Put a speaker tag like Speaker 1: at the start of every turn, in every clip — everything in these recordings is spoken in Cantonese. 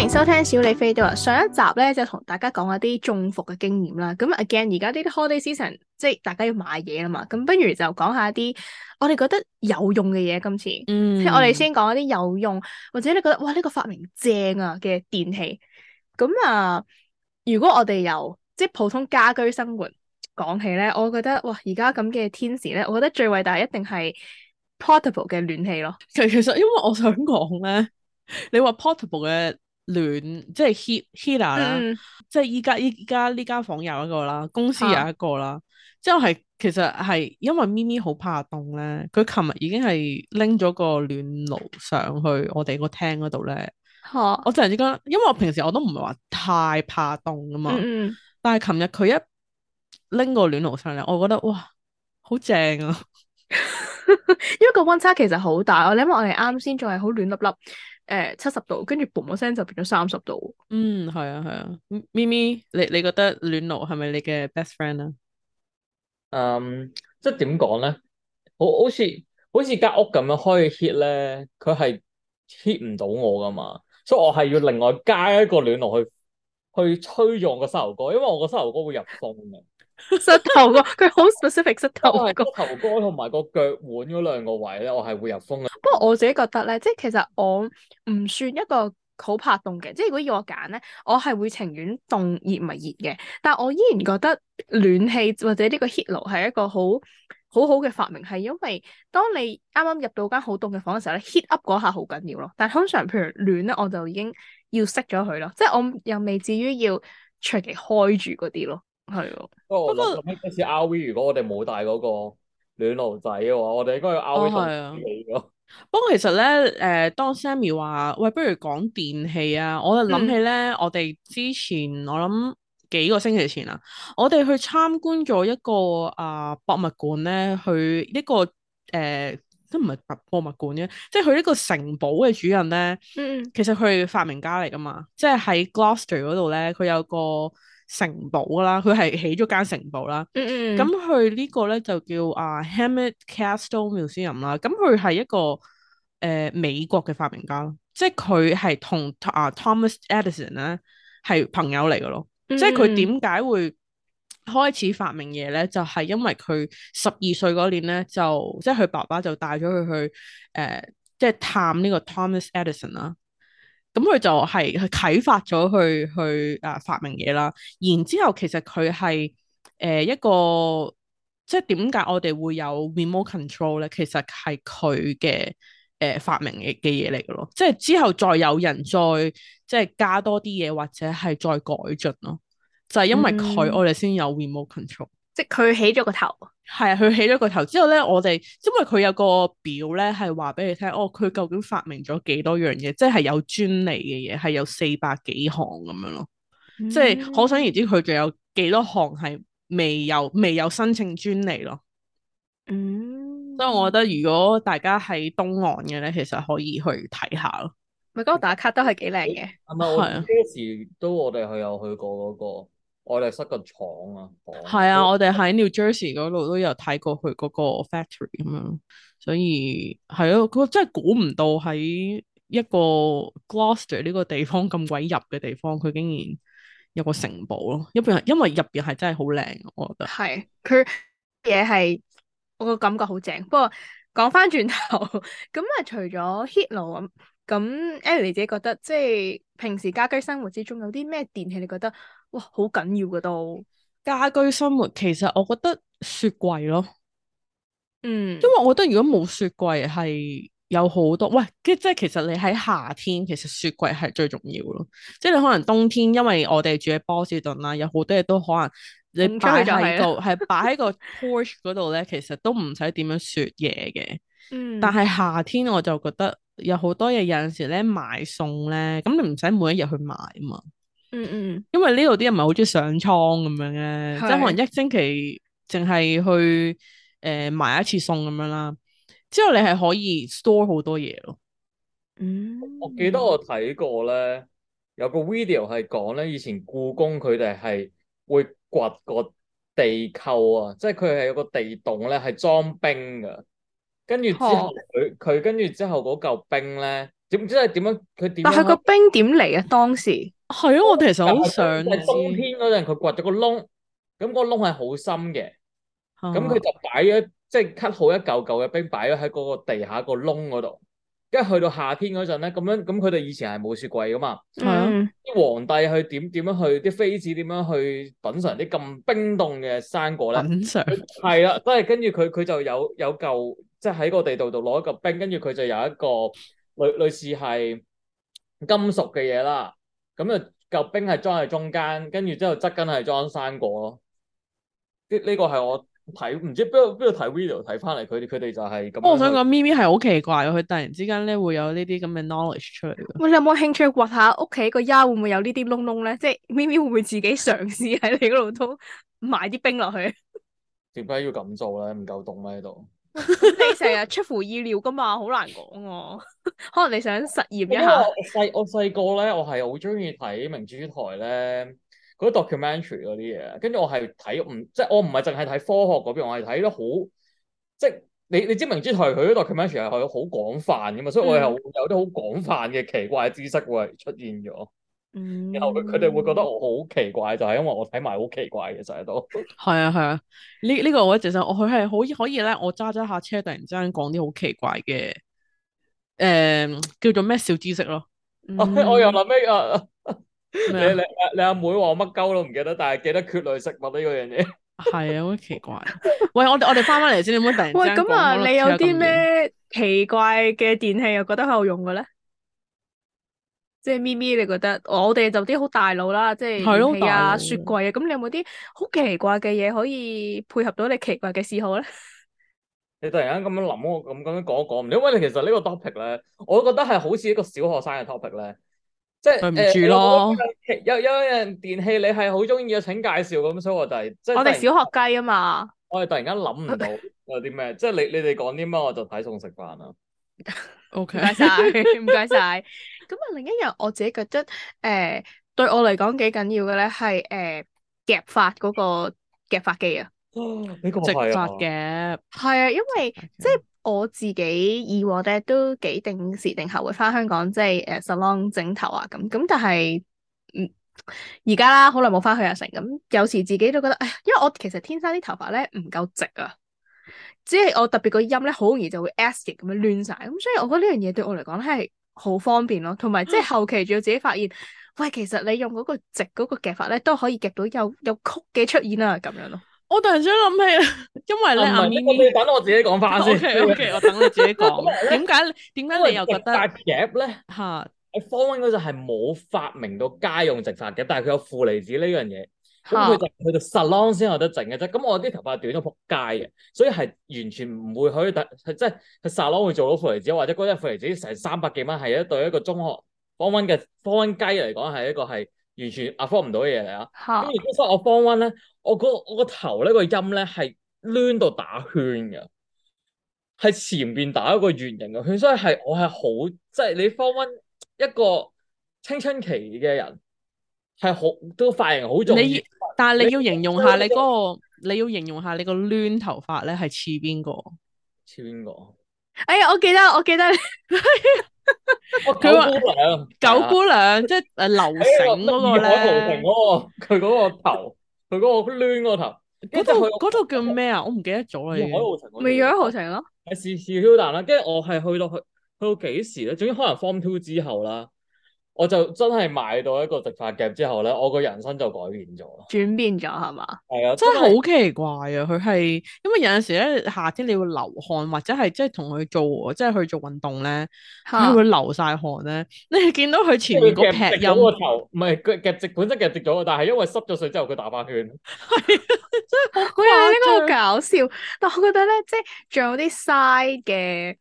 Speaker 1: 迎收聽小李飛刀啊！上一集咧就同大家講一啲中伏嘅經驗啦。咁 again 而家呢啲 holiday season，即係大家要買嘢啊啦嘛。咁不如就講下啲我哋覺得有用嘅嘢。今次，
Speaker 2: 嗯
Speaker 1: 即係我哋先講一啲有用，或者你覺得哇呢、個發明正啊嘅電器。咁啊，如果我哋由即係普通家居生活講起咧，我覺得哇而家咁嘅天時咧，我覺得最偉大一定係 portable 嘅暖氣咯。
Speaker 2: 其其實因為我想講咧，你話 portable 嘅暖，即係啊 heat heater 啦，
Speaker 1: 嗯，
Speaker 2: 即係依家依家呢間房有一個啦，公司有
Speaker 1: 啊
Speaker 2: 一個啦。之後係其實係因為咪咪好怕凍咧，佢琴日已經係拎咗個暖爐上去我哋個廳嗰度咧。
Speaker 1: 嚇，
Speaker 2: 我突然之間，因為我平時我都唔係話太怕凍噶嘛，
Speaker 1: 嗯嗯。
Speaker 2: 但係琴日佢一拎個暖爐上嚟，我覺得哇，好正啊！
Speaker 1: 因為個溫差其實好大，我諗我哋啱先仲係好暖粒粒，誒七十度，跟住嘣一聲就變咗三十度。
Speaker 2: 嗯，係啊，係啊，嗯咪咪，你你覺得暖爐係咪你嘅 best friend 啊？
Speaker 3: 嗯，即係點講咧？好好似好似間屋咁樣開 heat 咧，佢係 heat 唔到我噶嘛，所以我係要另外加一個暖爐去去吹住我個膝頭哥，因為我個膝頭哥會入風嘅，
Speaker 1: 膝頭哥佢好 specific 膝
Speaker 2: 哦
Speaker 1: 頭
Speaker 3: 因為
Speaker 1: 哥
Speaker 3: 個。頭哥同埋個腳腕嗰兩個位咧，我係會入風嘅。
Speaker 1: 不過我自己覺得咧，即係其實我唔算一個好怕凍嘅，即係如果要我揀咧，我係會情願凍而唔係熱嘅。但我依然覺得暖氣或者呢個 heat 爐係一個好好好嘅發明，係因為當你啱啱入到間好凍嘅房嘅時候咧，heat up 嗰下好緊要咯。但通常譬如暖咧，我就已經要熄咗佢咯，即係我又未至於要長期開住嗰啲咯，係咯。
Speaker 3: 不過我
Speaker 2: 不過
Speaker 3: 諗諗起嗰次 RV，如果我哋冇帶嗰個暖爐仔嘅話，我哋應該去 RV
Speaker 2: 哦係啊
Speaker 3: 度你咯。
Speaker 2: 不過其實咧，誒、當 Sammy 話喂，不如講電器啊，我就諗起咧，我哋之前我諗幾個星期前啊，我哋去參觀咗一個啊、博物館咧，去一個誒、都唔係博物館嘅，即係佢呢個城堡嘅主人咧。
Speaker 1: 嗯嗯
Speaker 2: 其實佢係發明家嚟噶嘛，即係喺 Gloucester 嗰度咧，佢有個城堡啦，佢係起咗間城堡啦。
Speaker 1: 嗯
Speaker 2: 咁佢呢個咧就叫啊 Hammett Castle Museum 啦。咁佢係一個誒、呃美國嘅發明家咯，即係佢係同啊 Thomas Edison 咧係朋友嚟嘅咯。
Speaker 1: 嗯
Speaker 2: 即係佢點解會開始發明嘢咧？就係、因為佢十二歲嗰年咧，就即係佢爸爸就帶咗佢去誒、呃即係探呢個 Thomas Edison 啦。咁佢就係去啟發咗佢去啊發明嘢啦。然之後其實佢係誒一個即係點解我哋會有 remote control 咧？其實係佢嘅誒發明嘅嘅嘢嚟嘅咯。即係之後再有人再即係加多啲嘢或者係再改進咯。就係因為佢，
Speaker 1: 嗯
Speaker 2: 我哋先有 remote control。
Speaker 1: 即係佢起咗個頭。
Speaker 2: 係啊，佢起咗個頭之後咧，我哋因為佢有個表咧，係話俾你聽，哦，佢究竟發明咗幾多樣嘢，即係有專利嘅嘢，係有四百幾項咁樣咯。即
Speaker 1: 嗯
Speaker 2: 係可想而知，佢仲有幾多項係未有未有申請專利咯。
Speaker 1: 嗯，
Speaker 2: 所以我覺得如果大家喺東岸嘅咧，其實可以去睇下咯。
Speaker 1: 咪嗰個打卡都係幾靚嘅。
Speaker 3: 係咪我
Speaker 2: 係啊
Speaker 3: 嗰時都我哋去有去過嗰個，我哋塞個廠啊。
Speaker 2: 係啊，我哋喺 New Jersey 嗰度都有睇過佢嗰個 factory 咁樣，所以係咯，佢真係估唔到喺一個 Gloucester 呢個地方咁鬼入嘅地方，佢竟然有個城堡咯，入邊係因為入邊係真係好靚，我覺得。
Speaker 1: 係佢嘢係我個感覺好正。不過講翻轉頭， 咁啊除咗 heat 爐咁，咁 Ellie 你自己覺得即係平時家居生活之中有啲咩電器你覺得哇好緊要嘅都
Speaker 2: 家居生活其實我覺得雪櫃咯。
Speaker 1: 嗯
Speaker 2: 因為我覺得如果冇雪櫃係有好多，喂，即即係其實你喺夏天，其實雪櫃係最重要咯。即係你可能冬天，因為我哋住喺波士頓啦，有好多嘢都可能你
Speaker 1: 唔出去
Speaker 2: 擺
Speaker 1: 就係
Speaker 2: 喺
Speaker 1: 啦
Speaker 2: 度，係擺喺個 porch 嗰度咧，其實都唔使點樣雪嘢嘅。
Speaker 1: 嗯，
Speaker 2: 但係夏天我就覺得有好多嘢有陣時咧買餸咧，咁你唔使每一日去買啊嘛。
Speaker 1: 嗯嗯
Speaker 2: 因為呢度啲人咪好中意上倉咁樣咧，即係可
Speaker 1: 係
Speaker 2: 能一星期淨係去誒、呃、買一次餸咁樣啦。之後你係可以 store 好多嘢咯。
Speaker 1: 嗯，
Speaker 3: 我記得我睇過咧，有個 video 係講咧，以前故宮佢哋係會掘個地溝啊，即係佢係有個地洞咧係裝冰㗎，跟住之後佢佢跟住之後嗰嚿冰咧點即係點樣？佢點樣
Speaker 1: 但係
Speaker 3: 喺？
Speaker 1: 個冰點嚟啊？當時
Speaker 2: 係啊，我哋其實好想
Speaker 3: 係冬
Speaker 2: 知，
Speaker 3: 天嗰陣，佢掘咗個窿，咁個窿係好深嘅，咁佢
Speaker 2: 啊
Speaker 3: 就擺咗即係 cut 好一嚿嚿嘅冰，擺咗喺嗰個地下個窿嗰度。跟住去到夏天嗰陣咧，咁樣咁佢哋以前係冇雪櫃噶嘛，
Speaker 2: 係啊
Speaker 1: 嗯
Speaker 3: 啲皇帝去點點樣去啲妃子點樣去品嚐啲咁冰凍嘅生果咧？
Speaker 2: 品嚐
Speaker 3: 係啦，都係跟住佢佢就有有嚿，即係喺個地道度攞一嚿冰，跟住佢就有一個類類似係金屬嘅嘢啦。咁啊嚿冰係裝喺中間，跟住之後側根係裝生果咯。呢呢個係我睇唔知邊度邊度睇 video 睇翻嚟，佢哋佢哋就係咁樣去。
Speaker 2: 不過哦我想講咪咪係好奇怪嘅，佢突然之間咧會有呢啲咁嘅 knowledge 出嚟嘅。
Speaker 1: 喂，你有冇興趣掘下屋企個丫會唔會有呢啲窿窿咧？即係咪咪會唔會自己嘗試喺你嗰度都買啲冰落去？
Speaker 3: 點解要咁做咧？唔夠凍咩喺度？
Speaker 1: 你成日出乎意料噶嘛，好難講喎。 可能你想實驗一
Speaker 3: 因為
Speaker 1: 下，
Speaker 3: 我細我細個咧，我係好中意睇明珠台咧嗰啲 documentary 嗰啲嘢，啊跟住我係睇唔即係我唔係淨係睇科學嗰邊，我係睇得好即係你你知明珠台佢啲 documentary 係好廣泛噶嘛，所以我係
Speaker 1: 嗯
Speaker 3: 有啲好廣泛嘅奇怪嘅知識會係出現咗，
Speaker 1: 嗯
Speaker 3: 然後佢佢哋會覺得我好奇怪，就係因為我睇埋好奇怪嘅就喺度。
Speaker 2: 係啊係啊，呢呢、個我一直想，我佢係可以可以咧，我揸揸下車，突然之間講啲好奇怪嘅，誒、呃叫做咩小知識咯，
Speaker 1: 嗯
Speaker 3: 哦 我又諗起啊，你
Speaker 2: 咩啊
Speaker 3: 你你阿妹話我乜鳩都唔記得，但係記得缺類食物呢個樣嘢。
Speaker 2: 係啊，好奇怪。喂，我哋我哋翻翻嚟先，你唔好突然之
Speaker 1: 喂，
Speaker 2: 間
Speaker 1: 咁啊，
Speaker 2: 講
Speaker 1: 你有
Speaker 2: 講到
Speaker 1: 啲
Speaker 2: 咁遠？
Speaker 1: 咩奇怪嘅電器又覺得好用嘅咧？即係咪咪，你覺得我哋就啲好大腦啦，即係
Speaker 2: 係咯
Speaker 1: 電器啊、
Speaker 2: 大腦
Speaker 1: 雪櫃啊，咁你有冇啲好奇怪嘅嘢可以配合到你奇怪嘅嗜好咧？
Speaker 3: 你突然間咁樣諗，我咁咁樣講一講唔到，因為你其實呢個 topic 咧，我覺得係好似一個小學生嘅 topic 咧，即係
Speaker 2: 對唔
Speaker 3: 誒
Speaker 2: 住咯。
Speaker 3: 有有有樣電器你係好中意嘅，請介紹咁，所以我就係即係
Speaker 1: 我哋
Speaker 3: 突然
Speaker 1: 小學雞啊嘛，
Speaker 3: 我哋突然間諗唔到有啲咩，即係你你哋講啲咩我就睇餸食飯 啦。
Speaker 2: O
Speaker 1: 唔
Speaker 2: K，
Speaker 1: 該晒， 唔該晒。咁啊，另一樣我自己覺得誒、呃、對我嚟講幾緊要嘅咧，係誒夾髮嗰個夾髮機啊。
Speaker 3: 呢個
Speaker 2: 直
Speaker 3: 係
Speaker 2: 髮
Speaker 3: 啊，
Speaker 2: 嘅，
Speaker 1: 係啊，因為即係我自己以往咧都幾定時定候會翻香港，即係誒 salon 整頭啊咁。咁但係嗯而家啦，好耐冇翻去啊成咁，有時自己都覺得，哎呀，因為我其實天生啲頭髮咧唔夠直啊，只係我特別個音咧好容易就會 S 型咁樣攣晒。咁所以我覺得呢樣嘢對我嚟講咧係好方便咯，同埋即係後期仲要自己發現，喂，其實你用嗰個直嗰個夾法咧都可以夾到有有曲嘅出現啊咁樣咯。
Speaker 2: 我突然之間諗起，因為咧
Speaker 3: 啊
Speaker 2: 阿
Speaker 3: 唔
Speaker 2: 咪
Speaker 3: 係呢個
Speaker 2: 咪
Speaker 3: 你等我自己講翻 先。
Speaker 2: O K O K，我等你自己講。點解點
Speaker 3: 因
Speaker 2: 解
Speaker 3: 為
Speaker 2: 你又
Speaker 3: 直
Speaker 2: 覺得
Speaker 3: 髮夾咧，
Speaker 2: 吓？
Speaker 3: 喺 Form One 嗰陣係冇發明到家用直髮夾，但係佢有負離子呢樣嘢。咁佢就去到 salon 先有得整嘅啫。咁我啲頭髮短到仆街嘅，所以係完全唔會可以特係即係去 salon 會做到負離子，或者嗰隻負離子成三百幾蚊係一對一個中學方温嘅方温雞嚟講係一個係完全 afford 唔到嘅嘢嚟啊。
Speaker 1: 嚇
Speaker 3: 咁而嗰陣我方温咧，我個我個頭咧個音咧係攣到打圈嘅。係前面打一個圓形嘅圈，所以係我係好即係你方温一個青春期嘅人係好都髮型好重要。
Speaker 2: 你但係你要形容下你嗰、個，你要形容下你個攣頭髮咧係似邊個？
Speaker 3: 啊似邊個？
Speaker 1: 哎呀，我記得，我記得。
Speaker 3: 我
Speaker 2: 佢話
Speaker 3: 九姑娘，
Speaker 2: 九姑娘即係誒
Speaker 3: 啊
Speaker 2: 流繩嗰個
Speaker 3: 海無情
Speaker 2: 咧，
Speaker 3: 嗰個，佢嗰個頭，佢嗰個攣個頭，
Speaker 2: 嗰
Speaker 3: 跟住
Speaker 2: 度
Speaker 3: 佢
Speaker 2: 嗰度叫咩啊？我唔記得咗啦已
Speaker 3: 海
Speaker 2: 經。
Speaker 3: 無情嗰個，
Speaker 1: 咪咗豪情咯，
Speaker 3: 係是是 h 蛋啦，跟住我係去到去去到幾時咧？總之可能 Form Two 之後啦，我就真係買到一個直髮夾之後咧，我個人生就改變咗。
Speaker 1: 轉變咗係嘛？
Speaker 3: 係啊，
Speaker 2: 真係好奇怪啊！佢係因為有陣時咧夏天你會流汗，或者係即係同佢做即係去做運動咧， 佢會流晒汗咧。 你見到佢前面嗰
Speaker 3: 夾
Speaker 2: 劈
Speaker 3: 直咗個
Speaker 2: 音，
Speaker 3: 頭，唔係佢夾直本身夾直咗，但係因為濕咗水之後佢打翻圈。
Speaker 1: 嗰樣呢個好搞笑，但我覺得咧，即係仲有啲 side 嘅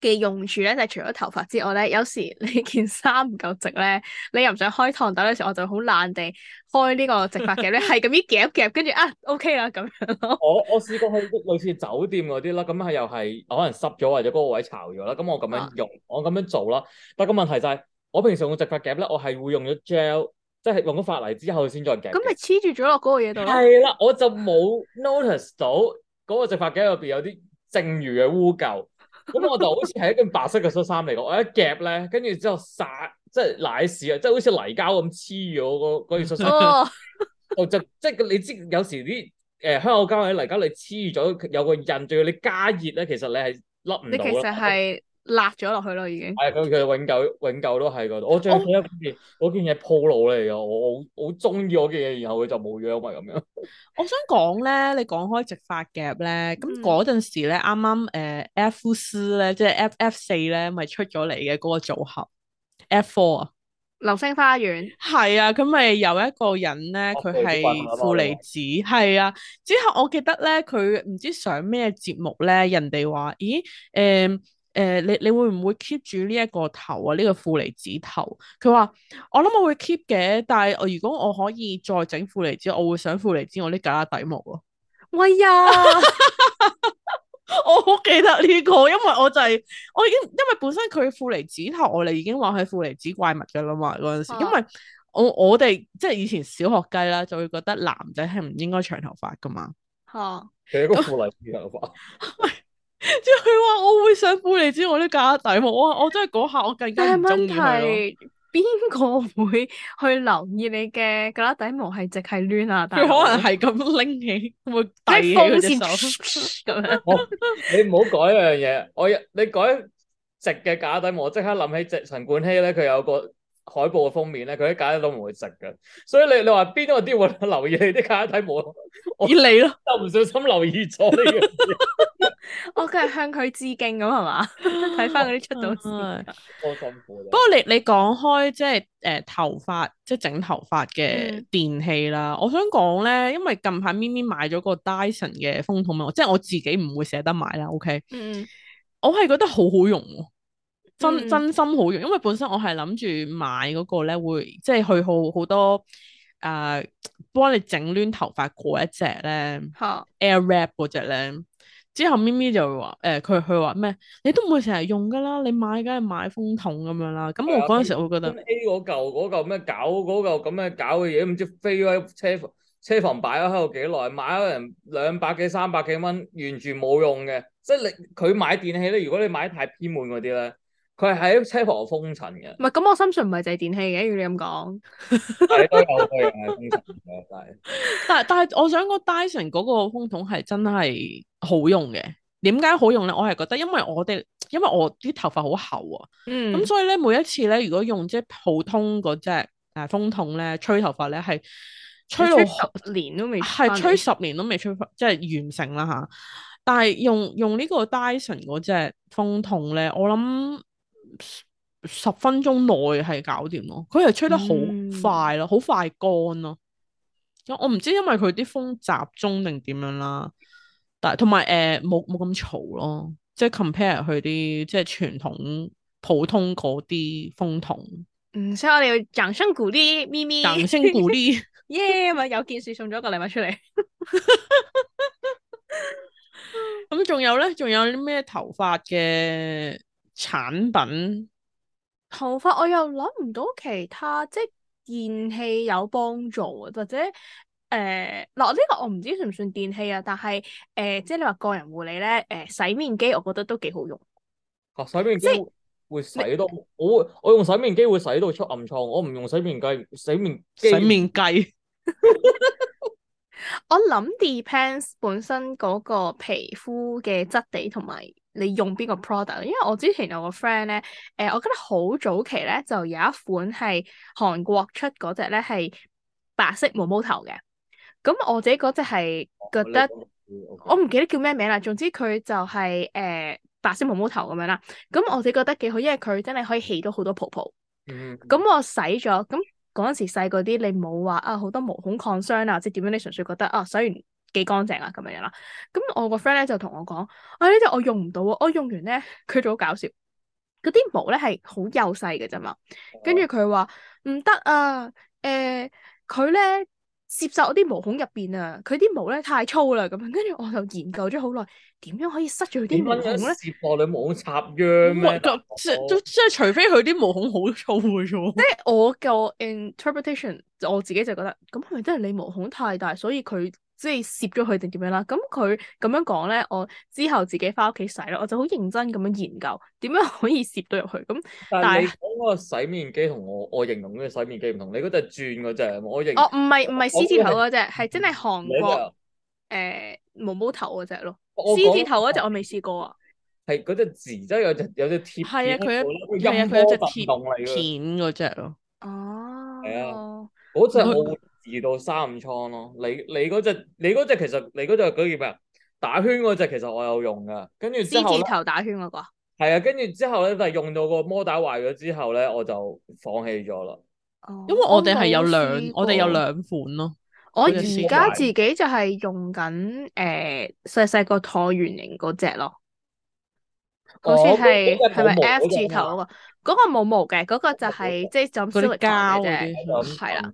Speaker 1: 嘅用處咧，就係除咗頭髮之外咧，有時 你件衫唔夠直咧，你又唔想開燙斗嘅時候，我就好懶地開呢個直髮夾 咧，係咁樣夾一夾，跟住啊 OK 啦咁樣咯。
Speaker 3: 我我試過去類似酒店嗰啲啦，咁係又係可能濕咗或者嗰個位巢咗啦，咁我咁
Speaker 1: 啊
Speaker 3: 樣用，我咁樣做啦。但個問題就係、我平時用直髮夾咧，我係會用咗 gel，即係用咗髮泥之後先再夾嘅。
Speaker 1: 咁咪黐住咗落嗰個嘢度咯。
Speaker 3: 係啦，我就冇 notice 到嗰個直髮夾入邊有啲剩餘嘅污垢，咁我就好似係一件白色嘅恤衫嚟嘅，我一夾咧，跟住之後撒即係奶屎啊，即係好似泥膠咁黐咗嗰嗰件恤衫。
Speaker 1: 哦，
Speaker 3: 我就即係你知有時啲誒香口膠喺泥膠你黐咗有個印，仲要你加熱咧，其實你係甩唔
Speaker 1: 你
Speaker 3: 到
Speaker 1: 其實
Speaker 3: 啦
Speaker 1: 係辣咗落去咯，已經。
Speaker 3: 係啊佢佢永久永久都係嗰度。我最記得嗰件嗰件嘢鋪路嚟嘅，我我好中意嗰件嘢，然後佢就冇咗因為咁樣。
Speaker 2: 我想講咧，你講開直髮夾咧，咁
Speaker 1: 嗯
Speaker 2: 嗰陣時咧，啱啱誒 F 四咧，即係 F F 四咧，咪出咗嚟嘅嗰個組合 F four 啊，
Speaker 1: 流星花園，
Speaker 2: 係啊，咁咪有一個人咧，
Speaker 3: 哦
Speaker 2: 佢
Speaker 3: 佢啲棍啊嘛
Speaker 2: 係負離子，係啊，之後我記得咧，佢唔知上咩節目咧，人哋話，咦，誒、誒、你你會唔會 keep 住呢一個頭啊？呢、個負離子頭，佢話我諗我會 keep 嘅，但係我如果我可以再整負離子，我會想負離子我啲假底毛咯。
Speaker 1: 喂呀，
Speaker 2: 我好記得呢、個，因為我就係、我已經因為本身佢負離子頭，我哋已經話佢負離子怪物噶啦嘛嗰陣時，因
Speaker 1: 啊
Speaker 2: 為我我哋即係以前小學雞啦，就會覺得男仔係唔應該長頭髮噶嘛。
Speaker 1: 嚇
Speaker 3: 佢一個富麗嘅頭髮，
Speaker 2: 之後佢話我會想負離子我啲假底毛，我我真係嗰下我更加
Speaker 1: 但
Speaker 2: 唔
Speaker 1: 係
Speaker 2: 中
Speaker 1: 問
Speaker 2: 意佢咯。
Speaker 1: 題，邊個會去留意你嘅格拉底毛係直係攣啊？但
Speaker 2: 佢可能係咁拎起，會遞起佢隻手。
Speaker 1: 咁 樣。
Speaker 3: 你唔好改一樣嘢。我你改直嘅假底毛，我即刻諗起隻陳冠希咧，佢有個海報嘅封面咧，佢啲假底都唔會直嘅。所以你你話邊個啲會留意你啲假底毛？ 我
Speaker 2: 以你咯，
Speaker 3: 就唔小心留意咗呢樣嘢。
Speaker 1: 我梗係向哦佢致敬咁係嘛？ 睇翻嗰啲出到
Speaker 2: 唉
Speaker 1: 線。
Speaker 3: 多辛苦啊啦
Speaker 2: 不過你你講開即係誒頭髮，即係整頭髮嘅
Speaker 1: 嗯
Speaker 2: 電器啦。我想講咧，因為近排咪咪買咗個 Dyson 嘅風筒嘛，即係我自己唔會捨得買啦。OK，
Speaker 1: 嗯，
Speaker 2: 我係覺得好好用喎，
Speaker 1: 嗯
Speaker 2: 真、真心好用。因為本身我係諗住買嗰個咧，會即係去好好多誒、呃、幫你整攣頭髮嗰一隻咧。
Speaker 1: 嚇，
Speaker 2: Air Wrap 嗰只咧，之後咪咪就話誒，佢佢話咩？你都唔會成日用噶啦，你買梗係買風筒咁樣啦。咁
Speaker 3: 係
Speaker 2: 我
Speaker 3: 啊
Speaker 2: 嗰陣時我會覺
Speaker 3: 咁
Speaker 2: 得
Speaker 3: A 嗰嚿嗰嚿咩搞嗰嚿咁嘅搞嘅嘢，唔知飛喺車房車房擺咗喺度幾耐，買咗人兩百幾三百幾蚊，完全冇用嘅。即係你佢買電器咧，如果你買太偏門嗰啲咧，佢係喺車房封塵嘅
Speaker 1: 唔係咁，我深信唔係就係電器嘅。如果你咁講，
Speaker 3: 係啊都有好多人係封塵嘅，但係
Speaker 2: 但但係我想講 Dyson 嗰個風筒係真係好用嘅。點解好用咧？我係覺得因為我哋因為我啲頭髮好厚啊，咁、
Speaker 1: 嗯，
Speaker 2: 所以咧每一次咧，如果用即係普通嗰只誒風筒咧吹頭髮咧係吹到好
Speaker 1: 十年都未
Speaker 2: 係
Speaker 1: 返嚟
Speaker 2: 吹十年都未吹翻，即係完成啦吓。但係用用呢個 Dyson 嗰只風筒咧，我諗十分鐘內係搞掂咯。佢係吹得好
Speaker 1: 嗯
Speaker 2: 快咯，好、快乾咯。咁我唔知因為佢啲風集中定點樣啦，但同埋誒冇冇咁嘈咯，即係 compare 佢啲即係傳統普通嗰啲 風筒，
Speaker 1: 嗯，所以我哋要掌聲鼓勵咪咪，
Speaker 2: 掌 聲鼓勵。
Speaker 1: 耶！咪有件事送咗個禮物出嚟。
Speaker 2: 咁仲有咧，仲有啲咩頭髮嘅產品？
Speaker 1: 頭髮我又諗唔到其他，即係電器有幫助啊，或者誒嗱呢個我唔知算唔算電器啊，但係誒、呃即係你話個人護理咧，誒、呃洗面機我覺得都幾好用。
Speaker 3: 啊洗面機
Speaker 1: 即係
Speaker 3: 會洗到我會我用洗面機會洗到出暗瘡，我唔用洗面計洗面機
Speaker 2: 洗面計
Speaker 1: 我諗 depends 本身嗰個皮膚嘅質地同埋你用邊個 product，因為我之前有個 friend 咧，誒、呃我覺得好早期咧就有一款係韓國出嗰只咧係白色毛毛頭嘅，咁我自己嗰只係覺得。哦我唔記得叫咩名啦，總之佢就係、呃白色毛毛頭咁樣啦。咁我自己覺得幾好，因為佢真係可以起到好多泡泡。
Speaker 3: 嗯
Speaker 1: 咁我洗咗，咁嗰陣時細嗰啲你冇話啊好多毛孔擴張啊，或者點樣，你純粹覺得啊洗完幾乾淨啊咁樣樣啦。咁我個 friend 咧就同我講，啊呢隻我用唔到啊，我用完咧佢就好搞笑，嗰啲毛咧係好幼細嘅啫嘛。跟住佢話唔得啊，誒佢咧攝受我啲毛孔入邊啊，佢啲毛咧太粗啦咁樣，跟住我就研究咗好耐，點樣可以塞住佢啲
Speaker 3: 點
Speaker 1: 毛
Speaker 3: 樣
Speaker 1: 孔咧？
Speaker 3: 攝落你冇插秧
Speaker 2: 咁
Speaker 3: 咩
Speaker 2: 啊？咁即即即係除非佢啲毛孔好粗嘅啫喎。
Speaker 1: 即係我個 interpretation，我自己就覺得咁係咪真係你毛孔太大，所以佢即係攝咗佢定點樣啦。咁佢咁樣講咧，我之後自己翻屋企洗啦，我就好認真咁樣研究點樣可以攝到入去。咁
Speaker 3: 但係
Speaker 1: 但
Speaker 3: 你講嗰個洗面機同我我形容嘅洗面機唔同，你嗰隻轉嗰隻，我形
Speaker 1: 我哦唔係唔係獅子頭嗰只，係真係啊
Speaker 3: 你
Speaker 1: 韓國
Speaker 3: 就
Speaker 1: 誒毛毛頭嗰只咯。
Speaker 3: 我
Speaker 1: 獅
Speaker 3: 講
Speaker 1: 子頭嗰隻我未試過啊。
Speaker 3: 係嗰隻字，即係有隻有隻鐵
Speaker 2: 係啊
Speaker 3: 片喺度啦
Speaker 2: 佢一係啊佢有隻鐵
Speaker 3: 音波震動嚟嘅，
Speaker 2: 片嗰只咯，啊
Speaker 1: 哦，
Speaker 3: 嗰隻我會移到三五倉咯。你你嗰隻你嗰隻其實你嗰隻嗰叫咩啊？打圈嗰隻其實我有用噶，跟住之
Speaker 1: 獅
Speaker 3: 後
Speaker 1: 子
Speaker 3: 咧
Speaker 1: 頭打圈嗰個啊。
Speaker 3: 係啊，跟住之後咧，但係用到個摩打壞咗之後咧，我就放棄咗啦。
Speaker 2: 因為我哋係有
Speaker 1: 冇
Speaker 2: 兩，
Speaker 1: 哦試
Speaker 2: 我哋有
Speaker 1: 過
Speaker 2: 兩款咯。
Speaker 1: 我
Speaker 2: 佢就
Speaker 1: 而
Speaker 2: 試
Speaker 1: 家
Speaker 3: 壞
Speaker 1: 自己就係用緊誒細細個橢圓形嗰只咯，好似
Speaker 3: 哦
Speaker 1: 係
Speaker 3: 嗰嗰隻
Speaker 1: 係咪
Speaker 3: 冇毛
Speaker 1: F
Speaker 3: 嗰隻
Speaker 1: 字頭嗰個？嗰個冇毛嘅，嗰個就係即係就咁
Speaker 2: 嗰
Speaker 1: silicone
Speaker 2: 啲膠
Speaker 1: 嘅啫
Speaker 2: 嗰。啲，
Speaker 1: 係啦，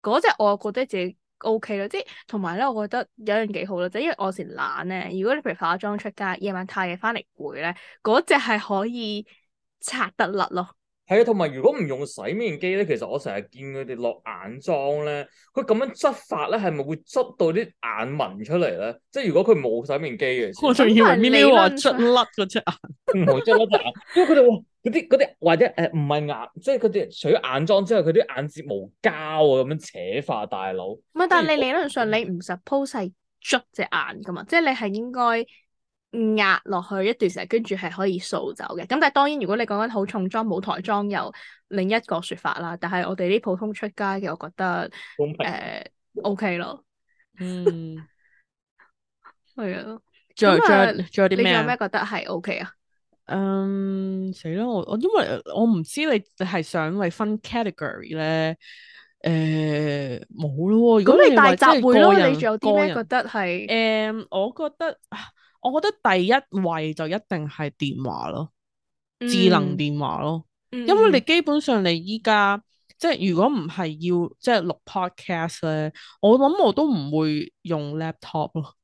Speaker 1: 嗰只我覺得自己 O K 啦，即係同埋咧，我覺得有一樣幾好啦，就因為我有時懶咧，如果你譬如化咗妝出街，夜晚太夜翻嚟攰咧，嗰只係可以拆得甩咯。
Speaker 3: 係啊，同埋如果唔用洗面機咧，其實我成日見佢哋落眼妝咧，佢咁樣捽法咧，係咪會捽到啲眼紋出嚟咧？即係如果佢冇洗面機嘅時候，
Speaker 2: 我仲
Speaker 1: 咁
Speaker 2: 以為
Speaker 1: 但係
Speaker 2: 咪
Speaker 1: 理
Speaker 2: 咪話
Speaker 1: 論
Speaker 2: 出
Speaker 1: 上
Speaker 2: 甩嗰只啊，
Speaker 3: 唔好捽一隻眼，因為佢哋哇嗰啲嗰啲或者誒唔係眼，即係佢哋除咗眼妝之外，佢啲眼睫毛膠啊咁樣扯化大佬。
Speaker 1: 唔係，啊但係你
Speaker 3: 如
Speaker 1: 理論上你唔 suppose 係捽隻眼噶嘛，即係你係應該壓落去一段時間，跟住係可以掃走嘅。咁但係當然，如果你講緊好重妝、舞台妝，又另一個説法啦。但係我哋啲普通出街嘅，我覺得
Speaker 3: 公平
Speaker 1: 誒、O K 咯，
Speaker 2: 嗯，
Speaker 1: 係啊。
Speaker 2: 仲有
Speaker 1: 咁
Speaker 2: 仲
Speaker 1: 啊
Speaker 2: 有仲有
Speaker 1: 你
Speaker 2: 啲
Speaker 1: 仲
Speaker 2: 咩
Speaker 1: 有
Speaker 2: 啊
Speaker 1: 咩？覺得係 O K 啊？
Speaker 2: 嗯，死啦！我我因為我唔知你係想為分 category 咧，誒冇咯喎。如果
Speaker 1: 咁你大
Speaker 2: 話真
Speaker 1: 集
Speaker 2: 係
Speaker 1: 會
Speaker 2: 個
Speaker 1: 咯，你
Speaker 2: 人
Speaker 1: 仲有
Speaker 2: 個
Speaker 1: 啲咩
Speaker 2: 人
Speaker 1: 覺得係？
Speaker 2: 誒，我覺得啊我覺得第一位就一定係電話咯，智能電話咯。
Speaker 1: 嗯，
Speaker 2: 因為你
Speaker 1: 嗯
Speaker 2: 基本上你依家即係如果唔係要即係錄 podcast 咧，我諗我都唔會用 laptop 咯，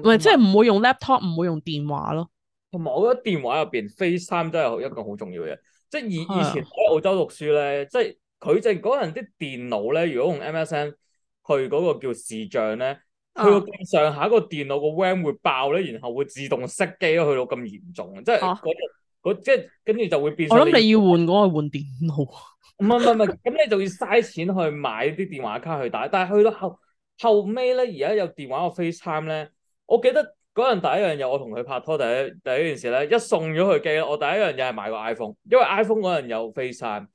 Speaker 1: 嗯
Speaker 2: 唔係即係唔會用 laptop，唔會用電話咯。
Speaker 3: 同埋我覺得電話入邊 FaceTime 真係一個好重要嘅嘢，即係以
Speaker 2: 係啊
Speaker 3: 以前喺澳洲讀書咧，即係佢就嗰陣啲電腦咧，如果用 MSN 去嗰個叫視像咧，去
Speaker 2: 啊
Speaker 3: 到
Speaker 1: 哦
Speaker 3: 咁上下個電腦個 RAM 會爆咧，然後會自動熄機咯，去到咁嚴重，即係
Speaker 1: 哦
Speaker 3: 嗰日嗰即係跟住就會變
Speaker 2: 我
Speaker 3: 相。
Speaker 2: 諗你要換嗰個換電腦，
Speaker 3: 唔係唔係唔係，咁你就要嘥錢去買啲電話卡去打，但係去到後後尾咧，而家有電話個 FaceTime 咧，我記得嗰陣第一樣嘢，我同佢拍拖第一第一件事咧，一送咗佢機咧，我第一樣嘢係買個 iPhone，因為 iPhone 嗰陣有 FaceTime，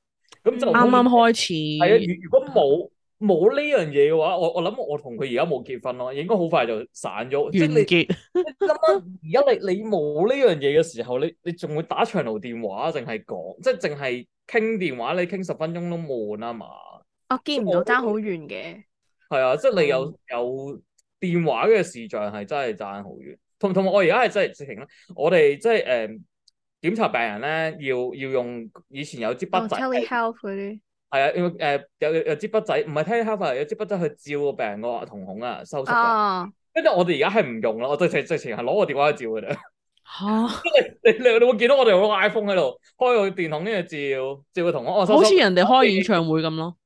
Speaker 3: 咁就
Speaker 1: 嗯
Speaker 2: 啱啱開
Speaker 3: 係啊
Speaker 2: 始。，
Speaker 3: 如如果冇冇呢樣嘢嘅話，我我諗我同佢而家冇結婚咯，應該好快就散咗，即係
Speaker 2: 完
Speaker 3: 你。
Speaker 2: 結，
Speaker 3: 咁啊！而家你你冇呢樣嘢嘅時候，你你仲會打長途電話，淨係講，即係淨係傾電話，你傾十分鐘都悶啊嘛。
Speaker 1: 我見唔到爭好遠嘅。
Speaker 3: 係啊，即係
Speaker 1: 嗯
Speaker 3: 你有有電話嘅視像係真係爭好遠。同同埋我而家係真係直情咧，我哋即係誒檢查病人咧，要要用以前有支
Speaker 1: 哦
Speaker 3: 筆仔，係啊，
Speaker 1: ，telehealth 嗰啲。
Speaker 3: 要誒有有有支筆仔，唔係 telehealth 啊有支筆仔去照個病人個瞳孔啊，收縮啊。
Speaker 1: 哦，
Speaker 3: 跟住我哋而家係唔用啦，我直情直情係攞個電話去照嘅啫。
Speaker 2: 吓，
Speaker 3: 你你你會見到我哋用個 iPhone 喺度開個電筒，跟住照照個同學，我收
Speaker 2: 好似
Speaker 3: 收
Speaker 2: 人哋開演唱會咁 咯。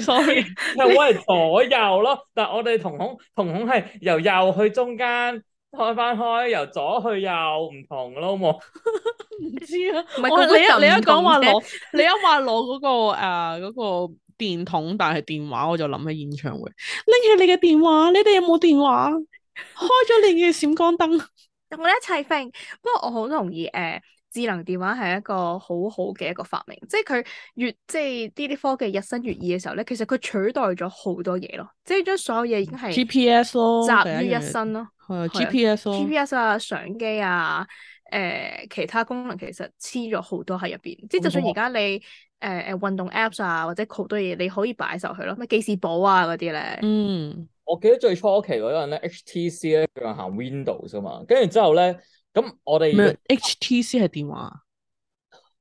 Speaker 2: sorry，
Speaker 3: 又位係左右咯，但係我哋瞳孔瞳孔係由右去中間開翻開，由左去右唔同咯，好冇？
Speaker 2: 唔知啊。
Speaker 1: 唔係
Speaker 2: 我
Speaker 1: 嗰個
Speaker 2: 你一
Speaker 1: 就
Speaker 2: 你
Speaker 1: 唔
Speaker 2: 一講
Speaker 1: 同
Speaker 2: 話
Speaker 1: 啫
Speaker 2: 攞， 你一話攞嗰個誒嗰個電筒，但係電話我就諗起演唱會。拎起你嘅電話，你哋有冇電話？開咗你嘅閃光燈。
Speaker 1: 啊我哋一齊揈。不過我好同意誒、呃智能電話係一個好好嘅一個發明，即係佢越即係呢啲科技日新月異嘅時候咧，其實佢取代咗好多嘢咯，即係將所有嘢已經係
Speaker 2: GPS 咯，
Speaker 1: 集
Speaker 2: 第
Speaker 1: 於一
Speaker 2: 樣嘢
Speaker 1: 身咯。
Speaker 2: 係
Speaker 1: 係
Speaker 2: 啊
Speaker 1: 啊
Speaker 2: ，GPS 咯。
Speaker 1: GPS 啊、相機啊、誒、其他功能其實黐咗好多喺入邊，即係就
Speaker 2: 啊
Speaker 1: 算而家你誒誒、呃、運動 Apps 啊，或者好多嘢你可以擺上去咯，咩記事簿啊嗰啲咧，
Speaker 2: 嗯，
Speaker 3: 我記得最初期嗰陣咧，HTC 咧佢行 Windows 啊嘛，跟住之後咧，咁我哋
Speaker 2: 咩 HTC 係電話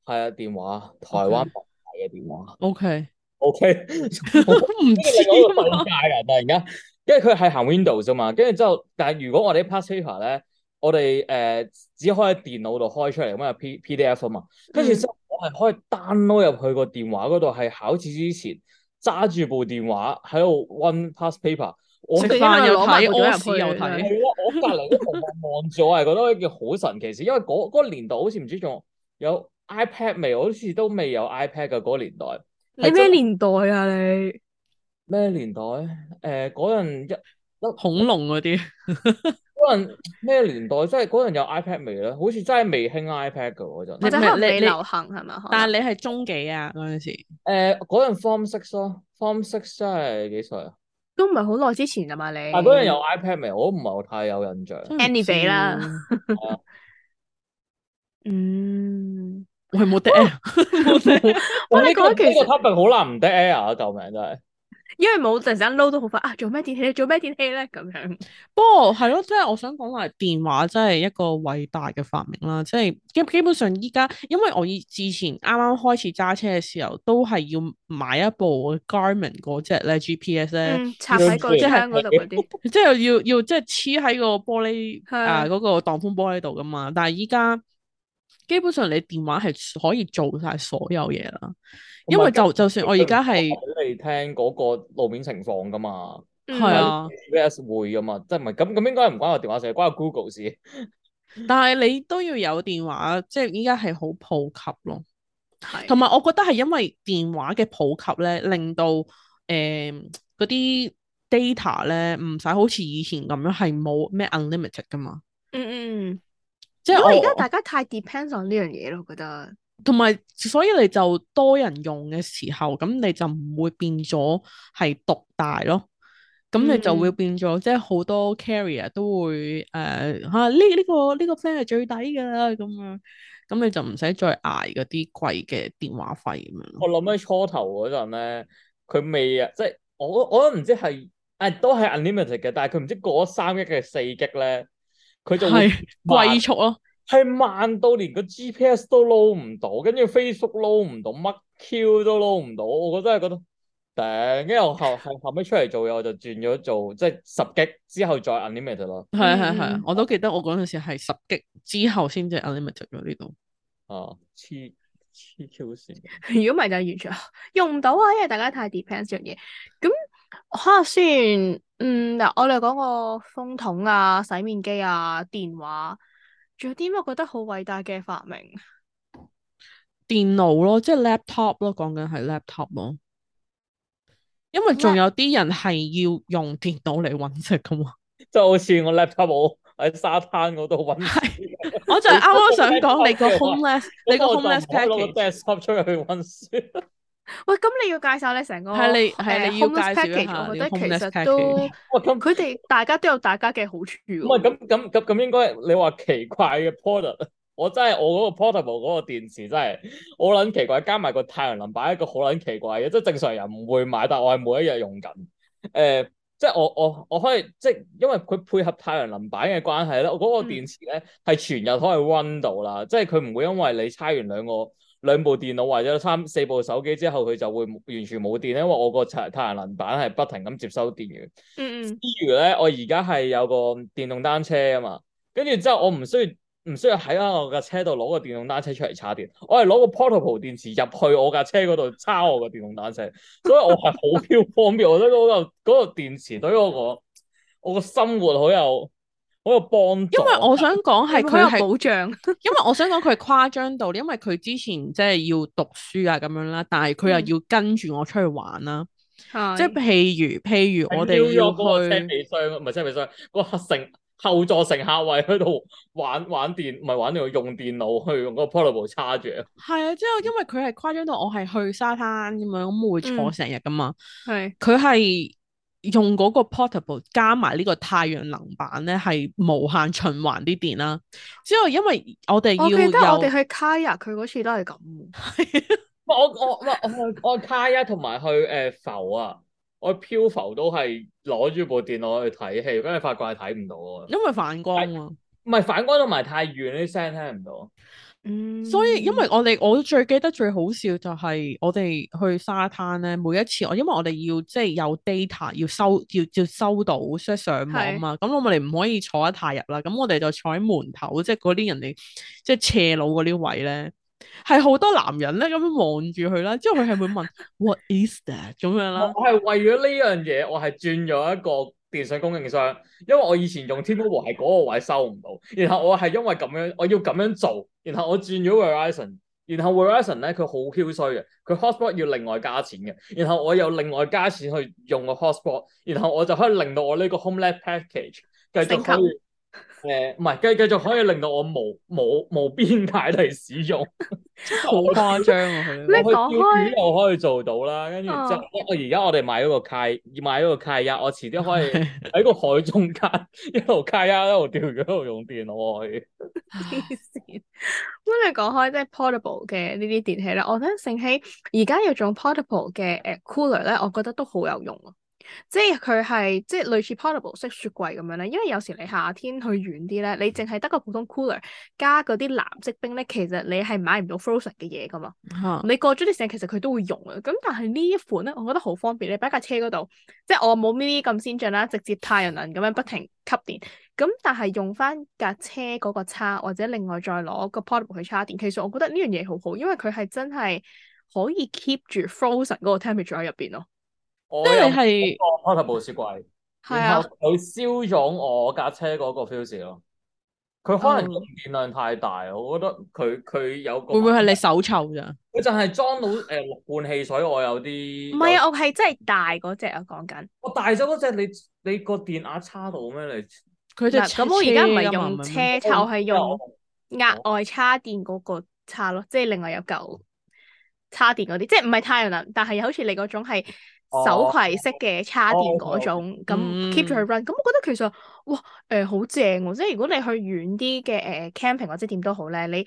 Speaker 3: 係啊電話，台灣品牌嘅電話
Speaker 2: ？OK，
Speaker 3: ，OK，
Speaker 2: 唔
Speaker 3: 因為另外一個
Speaker 2: 知
Speaker 3: 世
Speaker 2: 啊。
Speaker 3: 界啊！突然間，因為佢係行 Windows 啊嘛，跟住之後，但係如果我哋啲 past paper 咧，我哋誒、呃只可以喺電腦度開出嚟咁啊 P PDF 啊嘛，跟住之後我係可以 download 入去個電話嗰度係考試之前，揸住部電話喺度温 past paper，我
Speaker 2: 食
Speaker 1: 佢
Speaker 2: 飯
Speaker 1: 因為
Speaker 2: 又
Speaker 1: 攞埋
Speaker 2: 睇，
Speaker 1: 部電話
Speaker 2: 屙
Speaker 1: 入去
Speaker 2: 屎又
Speaker 1: 咁
Speaker 2: 睇
Speaker 1: 樣，
Speaker 3: 係咯，我隔離啲同學望咗係覺得一件好神奇事，因為嗰嗰個年代好似唔知仲有 iPad 未，好似都未有 iPad 嘅嗰個年代。
Speaker 1: 你咩年代啊你？
Speaker 3: 咩年代？誒嗰陣一
Speaker 2: 恐龍嗰啲，
Speaker 3: 嗰陣咩年代？即係嗰陣有 iPad 未咧？好似真係未興啊 iPad 嘅嗰陣。
Speaker 1: 或者可
Speaker 2: 唔係
Speaker 1: 能
Speaker 2: 你
Speaker 1: 未
Speaker 2: 你
Speaker 1: 流行係咪？
Speaker 2: 但
Speaker 1: 係
Speaker 2: 係你係中幾啊嗰陣時？
Speaker 3: 誒嗰陣 Form Six 咯，Form Six 真係幾歲啊？
Speaker 1: 都唔係好耐之前啊嘛
Speaker 2: 嗯
Speaker 1: 你。
Speaker 3: 但嗰陣有 iPad 未？我都唔係太有印象。
Speaker 2: 真係唔
Speaker 1: Annie
Speaker 2: 知
Speaker 1: 俾啦
Speaker 2: 喎，
Speaker 1: 嗯，
Speaker 2: 喂冇得 air，冇得 air
Speaker 1: 我
Speaker 3: 呢
Speaker 1: 哋
Speaker 3: 個
Speaker 1: 覺得
Speaker 3: 呢
Speaker 1: 其實
Speaker 3: 個 topic 好難唔得 air 啊！救命真係。
Speaker 1: 因為冇突然間撈到好快啊！做咩電器咧？做咩電器咧？咁樣
Speaker 2: 不過係咯，即係我想講話電話真係一個偉大嘅發明啦，即係基基本上依家，因為我以之前啱啱開始揸車嘅時候，都係要買一部 Garmin 嗰只咧 GPS 咧，哦
Speaker 1: 嗯，插喺個
Speaker 3: 即係
Speaker 1: 窗嗰度嗰啲，
Speaker 2: 即係要要即係黐喺個玻璃
Speaker 1: 係
Speaker 2: 啊嗰、個擋風玻璃度噶嘛，但係依家基本上你電話係可以做晒所有嘢
Speaker 1: Oh
Speaker 2: 啦，因為就就算我而家係
Speaker 3: 俾你聽嗰個路面情況噶嘛
Speaker 1: 嗯
Speaker 2: 係啊。
Speaker 3: ，GPS 會噶嘛，即係唔係咁咁應該唔關我電話事，關我 Google 事。
Speaker 2: 但係你都要有電話，即係依家係好普及咯。
Speaker 1: 係
Speaker 2: 同埋我覺得係因為電話嘅普及咧，令到誒嗰啲 data 咧唔使好似以前咁樣係冇咩 unlimited 噶嘛。
Speaker 1: 嗯嗯，
Speaker 2: 即係
Speaker 1: 因為而
Speaker 2: 我
Speaker 1: 家大家太 depends on 呢樣嘢咯，我覺得。
Speaker 2: 同埋，所以你就多人用嘅時候，咁你就唔會變咗係獨大咯。咁你就會
Speaker 1: 嗯
Speaker 2: 變咗，即係好多 carrier 都會誒嚇呢呢個呢個 plan 係最抵㗎啦咁樣，咁你就唔使再捱嗰啲貴嘅電話費咁樣咯。
Speaker 3: 我諗起初頭嗰陣咧，佢未啊，即係我我都唔知係啊，都係 unlimited 嘅，但係佢唔知過咗三 G 嘅四 G 咧，佢就會
Speaker 2: 係貴速咯，
Speaker 3: 係慢到連個 GPS 都撈唔到，跟住 Facebook 撈唔到，乜 Q 都撈唔到，我真係覺得頂。跟住我後後後尾出嚟做嘢，我就轉咗做即係十 G 之後再 unlimited 咯。
Speaker 2: 係係係
Speaker 1: 嗯，
Speaker 2: 我都記得我嗰陣時係十 G 之後先至 unlimited 咗呢度。
Speaker 3: 啊，黐黐 Q 線。
Speaker 1: 如果唔係就完全 用唔到啊，因為大家太 depends 呢樣嘢。咁嚇雖然嗯嗱，我哋講個風筒啊、洗面機啊、電話，仲有啲咩我覺得好偉大嘅發明？
Speaker 2: 電腦咯，即係 laptop 咯，講緊係 laptop 咯。因為仲有啲人係要用電腦嚟揾食噶嘛，
Speaker 3: 即係好似我 laptop 我喺沙灘嗰度揾書，
Speaker 2: 我就係啱啱想講你個
Speaker 3: 你嗰個
Speaker 2: homeless，你個
Speaker 3: 咁我就唔
Speaker 2: homeless
Speaker 3: 可以攞個
Speaker 2: package
Speaker 3: desktop 出去揾書。
Speaker 1: 喂，咁你要介紹你成個
Speaker 2: 係你係
Speaker 1: 誒
Speaker 2: 你要
Speaker 1: homeless
Speaker 2: 介紹
Speaker 1: package，
Speaker 2: 一下
Speaker 1: 我
Speaker 2: 你
Speaker 1: 覺
Speaker 2: 個
Speaker 1: 得其
Speaker 2: homeless
Speaker 1: 實都
Speaker 2: package
Speaker 3: 哇，咁
Speaker 1: 佢哋大家都有大家嘅好處㗎
Speaker 3: 唔
Speaker 1: 喎。
Speaker 3: 係咁咁咁咁應該你話奇怪嘅 product，我 真係我嗰個 portable 嗰個電池真係好撚奇怪，加埋個太陽能板一個好撚奇怪嘅，即係正常人唔會買，但我係每一日用緊。誒、即係我我我可以即係因為佢配合太陽能板嘅關係咧，我嗰
Speaker 1: 嗯
Speaker 3: 個電池咧係全日可以 run 到啦，即係佢唔會因為你差完兩個。兩部電腦或者三四部手機之後，佢就會完全冇電，因為我個太太陽能板係不停咁接收電源。
Speaker 1: 嗯嗯，
Speaker 3: 之餘咧，我而家係有個電動單車啊嘛，跟住之後我唔需要唔需要喺我架車度攞個電動單車出嚟插電，我係攞個 portable 電池入去我架車嗰度叉我個電動單車，所以我係好 Q 方便，我覺得嗰、個嗰、個電池對於我個我個生活好有好有幫助。
Speaker 2: 因
Speaker 3: 啊
Speaker 2: 為我想講
Speaker 1: 係
Speaker 2: 係佢
Speaker 1: 佢有
Speaker 2: 係，
Speaker 1: 保障。
Speaker 2: 因為我想講佢係誇張 到，因為佢之前即係要讀書啊咁樣啦，但係佢
Speaker 1: 嗯
Speaker 2: 又要跟住我出去玩啦，
Speaker 1: 係
Speaker 2: 即係譬如譬如我哋
Speaker 3: 喺 New York 嗰個
Speaker 2: 要
Speaker 3: 車
Speaker 2: 去。
Speaker 3: 尾箱，唔係車尾箱，個客乘後座乘客位喺度玩玩電，唔係玩電腦，用電腦去用個 portable 叉住。
Speaker 2: 係啊，之後因為佢係誇張到我係去沙灘咁樣，咁會坐
Speaker 1: 嗯
Speaker 2: 成日噶嘛。
Speaker 1: 係
Speaker 2: 佢係用嗰個 portable 加埋呢個太陽能板咧，係無限循環啲電啦。之後因為我哋要
Speaker 1: 我記得我哋
Speaker 2: 有
Speaker 1: 去 Kaya，佢嗰次都係咁喎。
Speaker 3: 唔係我我唔係我去我去卡一同埋去誒、呃浮啊，我去漂浮都係攞住部電腦去睇戲，跟住發覺係睇唔到啊。
Speaker 2: 因為反光啊，
Speaker 3: 唔係反光同埋太遠啲聲聽唔到。
Speaker 1: 嗯，
Speaker 2: 所以因為我哋我最記得最好笑就係我哋去沙灘咧，每一次我因為我哋要即係有 data 要收要要收到即係上網啊
Speaker 1: 係
Speaker 2: 嘛，咁我哋唔可以坐得太入啦，咁我哋就坐喺門頭，即係嗰啲人哋即係斜路嗰啲位咧。係好多男人咧咁樣望住佢啦，之後佢係會 問 What is that 咁樣
Speaker 3: 我
Speaker 2: 啦，
Speaker 3: 我係為咗呢樣嘢，我係轉咗一個電信供應商，因為我以前用天 m o 係嗰個位收唔到，然後我係因為咁樣，我要咁樣做，然後我轉咗 Verizon，然後 Verizon 咧佢好 Q 衰嘅，佢 hotspot 要另外加錢嘅，然後我又另外加錢去用個 hotspot，然後我就可以令到我呢個 HomeLab package 繼續可
Speaker 1: 升級
Speaker 3: 以。呃誒唔係，繼繼續可以令到我無無無邊界 地使用，
Speaker 2: 好誇張啊佢
Speaker 1: 咩
Speaker 2: 呢
Speaker 3: 我
Speaker 2: 個。
Speaker 3: 去
Speaker 1: 講
Speaker 3: 釣
Speaker 1: 開
Speaker 3: 魚又可以做到啦，跟住之後
Speaker 1: 哦
Speaker 3: 我而家我哋買咗個契，買咗個契啊，我遲啲可以喺個海中間一路契啊，一路釣魚，一路用電腦可 以。
Speaker 1: 黐線！咁你講開即係 portable 嘅呢啲電器咧，我覺得醒起而家有種 portable 嘅誒 cooler 咧，我覺得都好有用啊！即係佢係即係類似 portable 式雪櫃咁樣咧，因為有時你夏天去遠啲咧，你淨係得個普通 cooler 加嗰啲藍色冰咧，其實你係買唔到 frozen 嘅嘢噶嘛。
Speaker 2: 嚇
Speaker 1: 你過咗啲時間，其實佢都會用啊。咁但係呢一款咧，我覺得好方便，你擺架車嗰度，即係我冇呢啲咁先進啦，直接太陽能咁樣不停吸電。咁但係用翻架車嗰個叉，或者另外再攞個 portable 去叉電，其實我覺得呢樣嘢好好，因為佢係真係可以 keep 住 frozen 嗰個 temperature 喺入邊咯。
Speaker 3: 我
Speaker 2: 即係
Speaker 3: 有
Speaker 2: 你係
Speaker 3: 個 portable 雪櫃，
Speaker 1: 係
Speaker 3: 然後
Speaker 1: 啊，
Speaker 3: 佢燒咗我架車嗰個 fuse 咯。佢可能
Speaker 1: 哦
Speaker 3: 供電量太大，我覺得佢佢有個
Speaker 2: 會唔會係你手臭咋？
Speaker 3: 佢就係 裝到誒六罐汽水，我有啲
Speaker 1: 唔係
Speaker 3: 有
Speaker 1: 啊，我係真係大嗰只啊，講緊。
Speaker 3: 我大咗嗰隻，你你個電壓差到咩？你
Speaker 2: 佢就
Speaker 1: 嗱，咁我而家唔係用車叉，我係哦用
Speaker 3: 我
Speaker 1: 額外叉電嗰個叉咯，即係另外有嚿叉電嗰啲，即係唔係太陽能，但係好似你嗰種係手攜式嘅叉電嗰種，咁
Speaker 2: 嗯
Speaker 1: keep 住去 run。咁我覺得其實哇誒好正喎，即係如果你去遠啲嘅誒 camping 或者點都好咧，你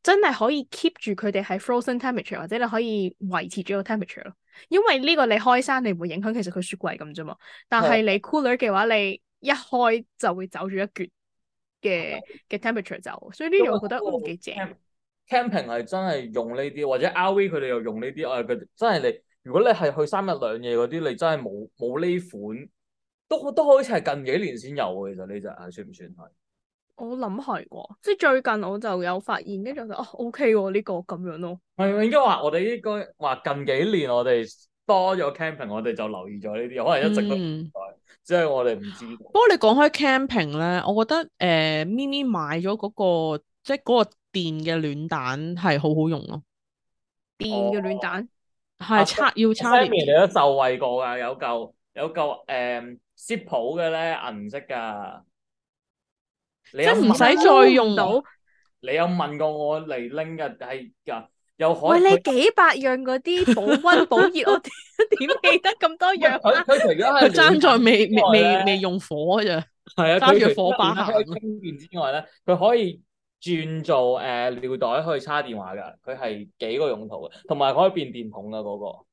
Speaker 1: 真係可以 keep 住佢哋係 frozen temperature，或者你可以維持住個 temperature 咯。因為呢個你開山你唔會影響，其實佢雪櫃咁啫嘛。但係你 cooler 嘅話，你一開就會走住一橛嘅嘅 temperature 走，所以呢樣我覺得嗯幾正。
Speaker 3: camping 係真係用呢啲，或者 RV 佢哋又用呢啲，啊佢真係你，如果你係去三日兩夜嗰啲，你真係冇冇呢款，都都好似係近幾年先有嘅，其實呢只係算唔算係？
Speaker 1: 我諗係喎，即係最近我就有發現，跟住我就哦 OK 喎呢個咁樣咯。
Speaker 3: 唔係應該話我哋應該話近幾年我哋多咗 camping，我哋就留意咗呢啲，可能一直都
Speaker 2: 嗯
Speaker 3: 即係我哋唔知道。
Speaker 2: 不過你講開 camping 咧，我覺得誒、呃 Mini 買咗嗰、個即係嗰個電嘅暖蛋係好好用咯，
Speaker 1: 電
Speaker 3: 哦
Speaker 1: 嘅暖蛋，
Speaker 3: 啊
Speaker 2: 係插要插
Speaker 3: Sammy
Speaker 2: 電，
Speaker 3: 你都就惠過㗎，有嚿有嚿誒 s i p 嘅咧銀色㗎，你有
Speaker 2: 即係唔
Speaker 3: 問
Speaker 2: 使再用
Speaker 1: 唔到。
Speaker 3: 你有問過我嚟拎嘅係㗎，有可
Speaker 1: 喂，
Speaker 3: 能
Speaker 1: 你
Speaker 3: 佢
Speaker 1: 幾百樣嗰啲保溫保熱， 我點記得咁多樣
Speaker 3: 佢
Speaker 1: 啊？
Speaker 3: 佢除咗
Speaker 2: 佢
Speaker 3: 係
Speaker 2: 爭在未未
Speaker 3: 之外
Speaker 2: 未
Speaker 3: 呢
Speaker 2: 未用火嘅咋，
Speaker 3: 係啊，
Speaker 2: 揸
Speaker 3: 佢
Speaker 2: 住
Speaker 3: 除
Speaker 2: 火把行
Speaker 3: 可以充電之外咧，佢可以轉做誒尿袋去插電話㗎，佢係幾個用途嘅，同埋可以變電筒㗎嗰個。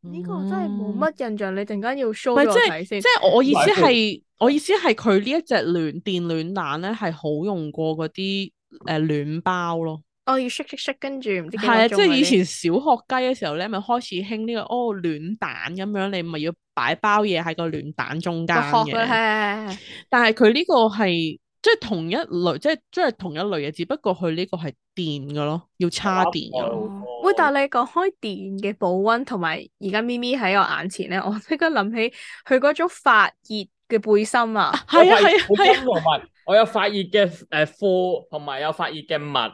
Speaker 1: 呢個真係
Speaker 2: 嗯
Speaker 1: 冇乜印象，你陣間要 show
Speaker 2: 唔係
Speaker 1: 俾我
Speaker 2: 即係
Speaker 1: 睇
Speaker 2: 即
Speaker 1: 先。
Speaker 2: 係我意思
Speaker 3: 買部
Speaker 2: 係，我意思係佢呢一隻暖電暖蛋咧係好用過嗰啲誒暖包咯，
Speaker 1: 哦我要 shake shake shake，跟住唔知幾
Speaker 2: 係啊，即
Speaker 1: 個
Speaker 2: 係
Speaker 1: 鐘
Speaker 2: 以
Speaker 1: 嗰啲
Speaker 2: 前小學雞嘅時候咧，咪開始興呢、個哦暖蛋咁樣，你咪要擺包嘢喺個暖蛋中間
Speaker 1: 個殼
Speaker 2: 嘅
Speaker 1: 嘅，。係係係
Speaker 2: 但係佢呢個係即係同一類，即係即係同一類嘅，只不過佢呢個係電嘅咯，要叉電嘅咯。
Speaker 1: 哦喂，但係你講開電嘅保溫同埋而家咪咪喺我眼前咧， 我即刻諗起佢嗰種發熱嘅背心啊，
Speaker 3: 我
Speaker 2: 係啊係啊
Speaker 3: 我
Speaker 2: 係啊，
Speaker 3: 同埋我有發熱嘅誒褲，同埋有發熱嘅襪。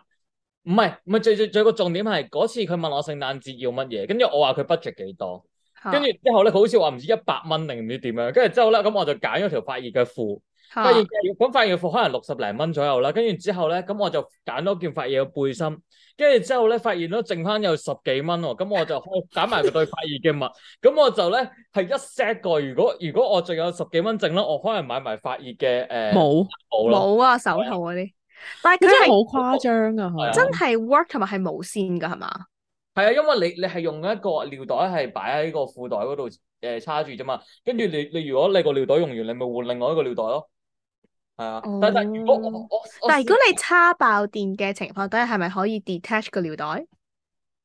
Speaker 3: 唔係唔係，最最最個重點係嗰次佢問我聖誕節要乜嘢，跟住我話佢 budget 幾多，
Speaker 1: 嚇
Speaker 3: 啊跟住
Speaker 2: 啊
Speaker 3: 之後咧佢好似話唔知一百蚊定唔知點樣，跟住之後咧咁我就揀咗條發熱嘅褲，
Speaker 1: 嚇
Speaker 3: 發熱嘅咁發熱嘅褲可能六十零蚊左右啦，跟住之後咧咁我就揀咗件發熱嘅背心，跟住之後咧發現咗剩翻有十幾蚊喎，咁我就 開揀埋佢對發熱嘅襪，咁我就咧係一 set 個，如果如果我仲有十幾蚊剩咧，我可能買埋發熱嘅誒
Speaker 2: 冇，
Speaker 3: 帽咯。
Speaker 1: 冇啊手套嗰啲，但係
Speaker 2: 真
Speaker 1: 佢
Speaker 2: 係
Speaker 1: 係
Speaker 2: 好誇張啊！
Speaker 3: 係啊
Speaker 2: 佢
Speaker 1: 真係 work 同埋係無線㗎係嘛？
Speaker 3: 係啊，因為你你係用一個尿袋係擺喺個褲袋嗰度誒叉住啫嘛，跟住你你如果你個尿袋用完，你咪換另外一個尿袋咯。係啊，但但如果我我我
Speaker 1: 但係如果你叉爆電嘅情況底下，係咪可以 detach 個尿袋？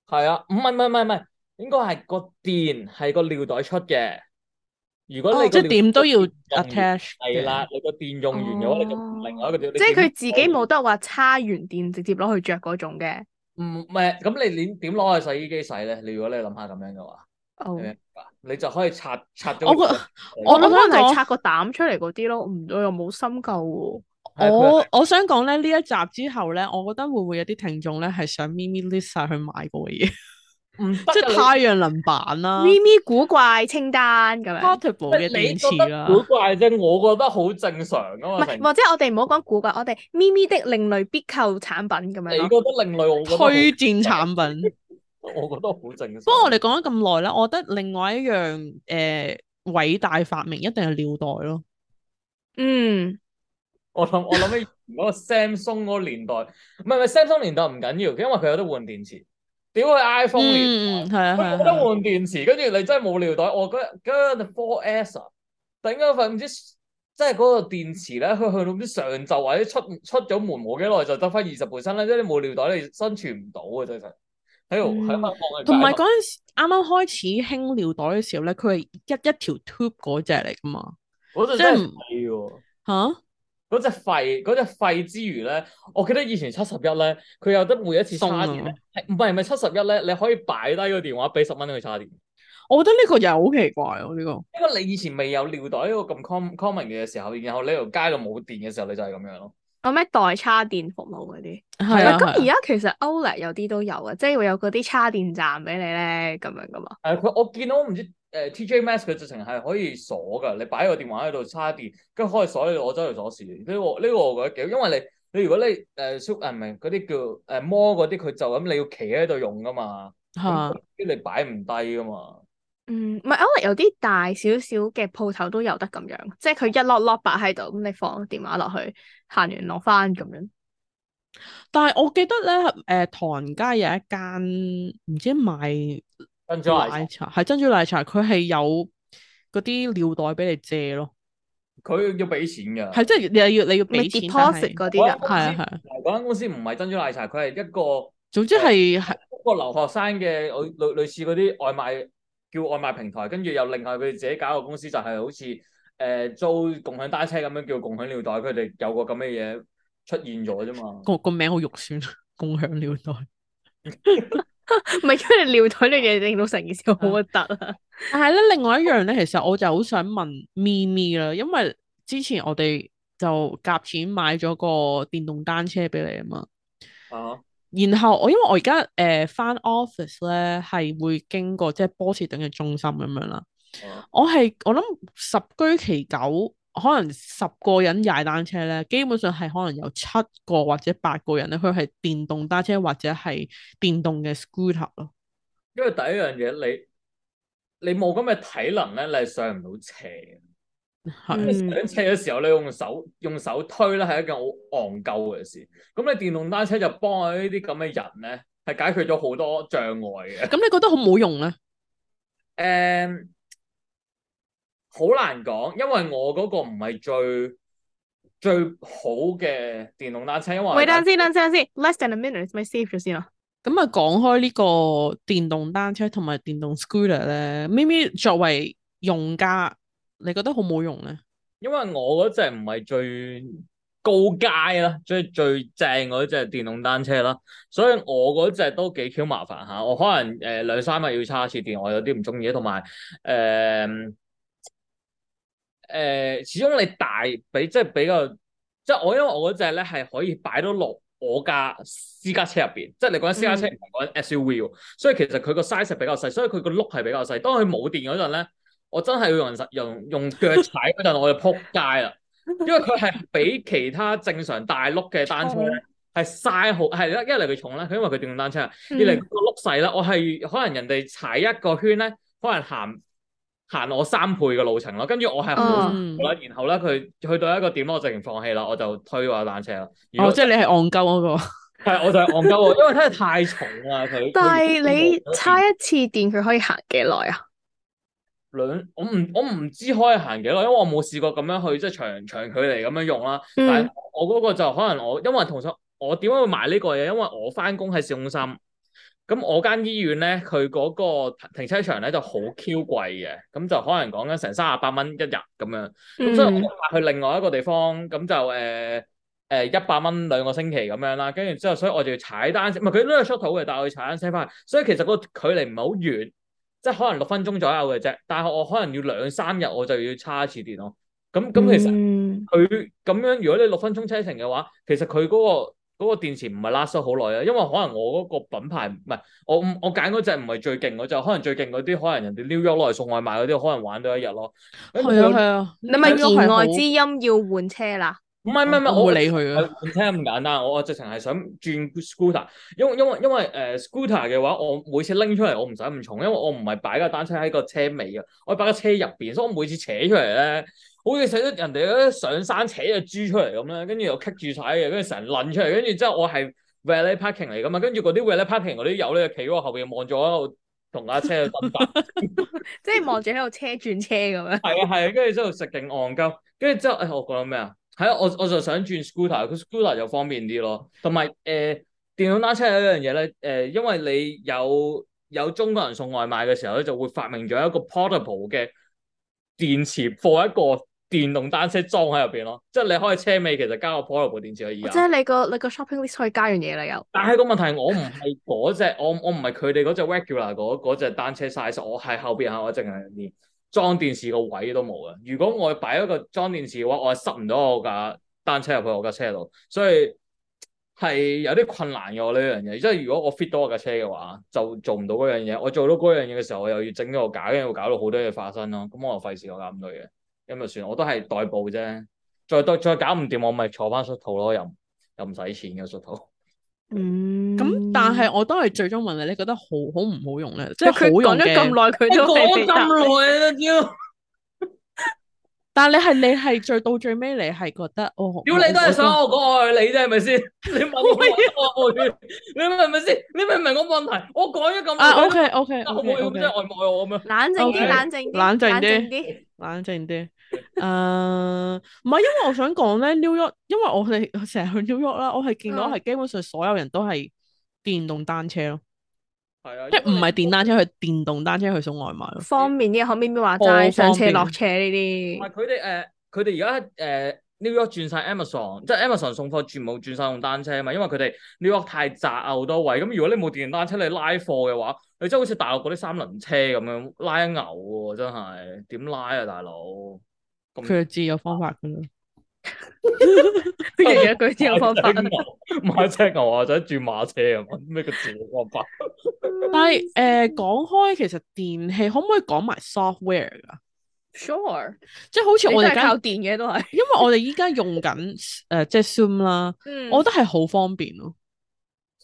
Speaker 3: 係啊，唔係唔係唔係唔係，應該係個電係個尿袋出嘅。如果你
Speaker 2: 哦即
Speaker 3: 個
Speaker 2: 係點都要
Speaker 3: 用完
Speaker 2: attach
Speaker 3: 係啊
Speaker 2: 嘅。哦
Speaker 3: 啦，你個電用完啊嘅話，你就換另外一個尿
Speaker 1: 即係佢自己冇得話叉完電直接攞去着嗰種嘅。
Speaker 3: 唔係咁你點點攞去洗衣機洗咧？你如果你諗下咁樣嘅話，
Speaker 1: 哦
Speaker 3: 你明白你就可以拆拆咗
Speaker 2: 我
Speaker 3: 個
Speaker 2: 覺
Speaker 3: 袋
Speaker 1: 我
Speaker 2: 我
Speaker 1: 諗可能
Speaker 2: 我
Speaker 1: 係拆個膽出嚟嗰啲咯，唔我又冇深究喎。
Speaker 3: 係佢
Speaker 2: 我我想講咧呢一集之後咧，我覺得會唔會有啲聽眾咧係想咪咪 list 晒去買過嘅嘢，
Speaker 3: 唔得
Speaker 2: 即
Speaker 3: 㗎
Speaker 2: 係太陽能板啦、
Speaker 1: 咪咪古怪清單咁樣，
Speaker 2: portable
Speaker 3: 你
Speaker 2: 嘅
Speaker 3: 你
Speaker 2: 電
Speaker 3: 覺
Speaker 2: 池
Speaker 3: 得
Speaker 2: 啦。
Speaker 3: 古怪啫，我覺得好正常噶
Speaker 1: 唔
Speaker 3: 嘛。成
Speaker 1: 係或者我哋唔好講古怪，我哋咪咪的另類必購產品咁
Speaker 3: 你
Speaker 1: 樣
Speaker 3: 覺
Speaker 1: 咯。
Speaker 3: 得另類，我覺得好
Speaker 2: 推薦產品。
Speaker 3: 我覺得好正常。
Speaker 2: 不過我哋講咗咁耐啦，我覺得另外一樣誒、呃、偉大發明一定係尿袋咯。
Speaker 1: 嗯，
Speaker 3: 我諗我諗起嗰個 Samsung 嗰個年代，唔係唔係 Samsung 年代唔緊要，因為佢有得換電池。屌佢 iPhone 年
Speaker 2: 嗯，係啊
Speaker 3: 代，佢
Speaker 2: 係
Speaker 3: 有得
Speaker 2: 啊。
Speaker 3: 換電池，跟住你真係冇尿袋。我嗰嗰陣 Four S 啊，頂嗰份唔知即係嗰個電池咧，佢去到唔知上晝或者出出咗門冇幾耐就得翻二十 percent 咧，即係你冇尿袋你生存唔到啊！真係喺度喺香港嘅
Speaker 2: 嗯同埋
Speaker 3: 街
Speaker 2: 嗰陣時啱啱開始興尿袋嘅時候咧，佢係一一條 tube 嗰只嚟噶嘛
Speaker 3: 嗰
Speaker 2: 即嗯係
Speaker 3: 陣真
Speaker 2: 唔
Speaker 3: 係廢喎。
Speaker 2: 嚇。
Speaker 3: 嗰只廢嗰只廢之餘咧，我記得以前七十一咧，佢有得每一次
Speaker 2: 送啊
Speaker 3: 叉電咧，係唔係唔係七十一咧？你可以擺低個電話，俾十蚊佢叉電。呢
Speaker 2: 我覺得呢個又好奇怪喎、呢、個
Speaker 3: 個你以前未有尿袋呢個咁 com common 嘅時候，然後你條街度冇電嘅時候，你就係咁樣咯。
Speaker 1: 有咩代叉電服務嗰啲？
Speaker 2: 係啊
Speaker 1: 咁
Speaker 2: 係
Speaker 1: 而
Speaker 2: 啊
Speaker 1: 家其實 Outlet 有啲都有啊，即係會有嗰啲叉電站俾你咧，咁樣噶嘛。
Speaker 3: 誒，佢我見到唔知誒 TJ Maxx 佢直情係可以鎖㗎，你擺個電話喺度叉電，跟住可以鎖你攞走條鎖匙。呢個呢個我覺得幾好，因為你你如果你誒 s u 唔係嗰啲叫誒摩嗰啲，佢就咁你要企喺度用㗎嘛，
Speaker 2: 係啊
Speaker 3: 咁你擺唔低㗎嘛。
Speaker 1: 嗯，唔係 Outlet 有啲大少少嘅鋪頭都有得咁樣，即係佢一粒粒擺喺度，咁你放電話落去，行完落翻咁樣。
Speaker 2: 但係我記得咧，誒、唐人街有一間唔知賣
Speaker 3: 跟住
Speaker 2: 奶
Speaker 3: 係
Speaker 2: 茶，係珍珠奶茶，佢係有嗰啲尿袋俾你借咯，
Speaker 3: 佢要俾錢㗎。
Speaker 2: 係即係你要你
Speaker 1: 咪
Speaker 2: 要俾錢，但
Speaker 1: deposit
Speaker 2: 係
Speaker 1: 嗰啲
Speaker 3: 嗰間
Speaker 1: 噶，
Speaker 3: 公
Speaker 2: 係啊
Speaker 3: 司
Speaker 2: 係啊，
Speaker 3: 嗰間公司唔係珍珠奶茶，佢係一個
Speaker 2: 總之係係
Speaker 3: 一個留學生嘅類類類似嗰啲外賣叫外賣平台，跟住又另外佢哋自己搞個公司，就係好似誒、呃租共享單車咁樣叫共享尿袋，佢哋有個咁嘅嘢出現咗啫嘛。
Speaker 2: 個個名好肉酸，共享尿袋。
Speaker 1: 唔係因為尿袋呢樣嘢令到成件事好核突啊。
Speaker 2: 但係咧，另外一樣咧，其實我就好想問咪咪啦，因為之前我哋就夾錢買咗個電動單車俾你啊嘛。
Speaker 3: 啊，
Speaker 2: 然後我因為我而家誒翻 office 咧，係會經過即係波士頓嘅中心咁樣啦。
Speaker 3: 啊
Speaker 2: 我係我諗十居其九，可能十個人踩單車咧，基本上係可能有七個或者八個人咧，佢係電動單車或者係電動嘅 scooter 咯。
Speaker 3: 因為第一樣嘢你你冇咁嘅體能咧，你係上唔到車嘅。
Speaker 2: 係啊
Speaker 1: 嗯
Speaker 3: 上車嘅時候，你用手用手推咧係一件好戇鳩嘅事。咁你電動單車就幫我呢啲咁嘅人咧，係解決咗好多障礙嘅。
Speaker 2: 咁你覺得好唔好用咧？
Speaker 3: 誒，好難講，因為我嗰個唔係最最好嘅電動單車，因為
Speaker 1: 喂，等陣先，等陣先，等陣先，less than a minute 咪 save 咗先咯。
Speaker 2: 咁啊，講開呢個電動單車同埋電動 scooter 咧，咪咪作為用家，你覺得好冇用咧？
Speaker 3: 因為我嗰隻唔係最高階啦，最最正嗰隻電動單車啦，所以我嗰隻都幾 Q 麻煩下，我可能誒、呃、兩三日要叉一次電，我有啲唔中意，同埋誒誒，呃始終你大比即係比較，即係我因為我嗰隻咧係可以擺到落我架私家車入邊，即係你講緊私家車唔係講緊 SUV 喎，所以其實佢個 size 係比較細，所以佢個轆係比較細。當佢冇電嗰陣咧。我真係要用實用用腳踩嗰陣，我就撲街啦，因為佢係比其他正常大碌嘅單車咧係嘥好，係一嚟佢重啦，佢因為佢電動單車，啊
Speaker 1: 嗯
Speaker 3: 二嚟佢個碌細啦，我係可能人哋踩一個圈咧，可能行行我三倍嘅路程咯，跟住我係好
Speaker 1: 啊
Speaker 2: 嗯
Speaker 3: 啦，然後咧佢去到一個點咧，我直情放棄啦，我就推我單車啦。
Speaker 2: 哦，
Speaker 3: 如果
Speaker 2: 即係你係戇鳩嗰個，
Speaker 3: 係我就係戇鳩喎，因為真係太重啦佢。
Speaker 1: 但
Speaker 3: 佢
Speaker 1: 係你叉一次電，佢可以行幾耐啊？
Speaker 3: 兩，我唔我唔知可以行幾耐，因為我冇試過咁樣去即係長長距離咁樣用啦。但係
Speaker 1: 嗯，
Speaker 3: 我嗰個就可能我因為同上我點解會買呢個嘢？因為我翻工喺市中心，咁我間醫院咧，佢嗰個停車場咧就好 Q 貴嘅，咁就可能講緊成三十八蚊一日咁樣。咁所以我
Speaker 1: 嗯
Speaker 3: 就買去另外一個地方，咁就誒誒呃一百蚊兩個星期咁樣啦，跟住之後，所以我就要踩單車，唔係佢都係 short 嘅，但係我要踩單車翻去，所以其實個距離唔係好遠，即係可能六分鐘左右嘅啫。但係我可能要兩三日我就要叉一次電咯。咁咁其實
Speaker 1: 嗯
Speaker 3: 佢咁樣，如果你六分鐘車程嘅話，其實佢嗰、個嗰、個電池唔係 last 得好耐啊，因為可能我嗰個品牌唔係我我揀嗰只唔係最勁嗰只，可能最勁嗰啲可能人哋 New York 攞嚟送外賣嗰啲，可能玩到一日咯。咁
Speaker 2: 係啊係啊，
Speaker 1: 你咪
Speaker 2: 咁樣係
Speaker 1: 言
Speaker 2: 好
Speaker 1: 外之音要換車啦。
Speaker 3: 唔係唔係唔係，
Speaker 2: 我
Speaker 3: 我
Speaker 2: 冇理佢
Speaker 3: 係
Speaker 2: 嘅。
Speaker 3: 換車咁簡單，我我直情係想轉 scooter，因為因為因為誒、呃 scooter 嘅話，我每次拎出嚟我唔使咁重，因為我唔係擺架單車喺個車尾嘅，我係擺架車入邊，所以我每次扯出嚟咧，好似扯得人哋嗰啲上山扯隻豬出嚟咁咧，跟住又棘住晒嘅，跟住成撚出嚟，跟住之後我係 valet parking 嚟噶嘛，跟住嗰啲 valet parking 嗰啲友咧，企喺我後邊望住我喺度同架車去掙扎。
Speaker 1: 即係望住喺度車轉車咁樣，
Speaker 3: 係啊係啊，跟住之後食勁戇鳩，跟住之後誒、哎我講緊咩啊？係啊，我我就想轉 scooter，佢 scooter 又方便啲咯，同埋誒電動單車有一樣嘢咧，誒、因為你有有中國人送外賣嘅時候咧，就會發明咗一個 portable 嘅電池，放一個電動單車裝喺入邊咯，即係你可以車尾其實加個 portable 電池啊可以
Speaker 2: 啊
Speaker 1: 即係你個你個 shopping list 可以加樣嘢啦又。
Speaker 3: 但係個問題，我唔係嗰只，我我唔係佢哋嗰只 regular 嗰嗰只單車 size，我係後邊係我淨係連裝電視個位都冇嘅。如果我擺一個裝電視嘅話，我係塞唔到我架單車入去我架車度，所以係有啲困難嘅我呢樣嘢。即係如果我 fit 到我架車嘅話，就做唔到嗰樣嘢。我做到嗰樣嘢嘅時候，我又要整咗個架，跟住會搞到好多嘢發生咯。咁我又費事我搞咁多嘢，咁就算我都係代步啫。再再再搞唔掂，我咪坐翻 s h u t 咯，又唔又唔使錢嘅 s h u t
Speaker 1: 嗯，
Speaker 2: 咁但係我都係最終問你，你覺得好好唔好用咧？即係好
Speaker 1: 佢
Speaker 2: 用
Speaker 1: 講咗咁
Speaker 2: 嘅，
Speaker 1: 耐，佢
Speaker 3: 我
Speaker 1: 都係
Speaker 3: 講
Speaker 1: 未答你
Speaker 3: 咁耐啦，屌！
Speaker 2: 但係你係你係最到最尾，你係覺得哦，
Speaker 3: 屌你都係
Speaker 2: 我
Speaker 3: 想我講我啊愛你啫，係 咪先？你問我我愛你，你明唔明先？你明唔明個問題？我講咗咁耐，
Speaker 2: 啊，OK OK
Speaker 3: 我冇
Speaker 2: OK
Speaker 3: 用
Speaker 2: OK
Speaker 3: 啫，。愛唔愛我啊咁樣？
Speaker 1: 冷靜
Speaker 2: OK，
Speaker 1: 啲，冷靜啲，
Speaker 2: 冷靜啲
Speaker 1: 啲。
Speaker 2: 冷靜啲，誒、唔係因為我想講咧，New York，因為我哋我成日去 New York 啦，我係見到
Speaker 1: 嗯
Speaker 2: 係基本上所有人都係電動單車咯，
Speaker 3: 係啊，
Speaker 2: 即係唔係電單車，係電動單車去送外賣咯。
Speaker 1: 方便啲，可咪咪話
Speaker 2: 好方
Speaker 1: 齋
Speaker 2: 便
Speaker 1: 上車落車呢
Speaker 3: 唔係
Speaker 1: 啲，
Speaker 3: 佢哋誒，佢哋而家誒 New York 轉晒 Amazon，即係 Amazon 送貨全部轉晒用單車啊嘛，因為佢哋 New York 太窄啊好多位，咁如果你冇電單車你拉貨嘅話，你真係好似大陸嗰啲三輪車咁樣拉牛喎，真係點拉啊大佬？咁
Speaker 2: 佢就自有方法㗎啦。
Speaker 1: 嗯跟住有句有方法
Speaker 3: 買。隻牛， 買隻牛或者轉馬車咁啊？咩叫自己方法？
Speaker 2: 但
Speaker 1: 嗯
Speaker 2: 係誒、呃、講開，其實電器可唔可以講埋 software 㗎？
Speaker 1: Sure，
Speaker 2: 即係好似
Speaker 1: 你
Speaker 2: 我
Speaker 1: 真
Speaker 2: 哋而
Speaker 1: 係靠
Speaker 2: 家，
Speaker 1: 電嘅都係。
Speaker 2: 因為我哋依家用緊誒、呃即係 Zoom 啦，
Speaker 1: 嗯
Speaker 2: 我覺得係好方便咯。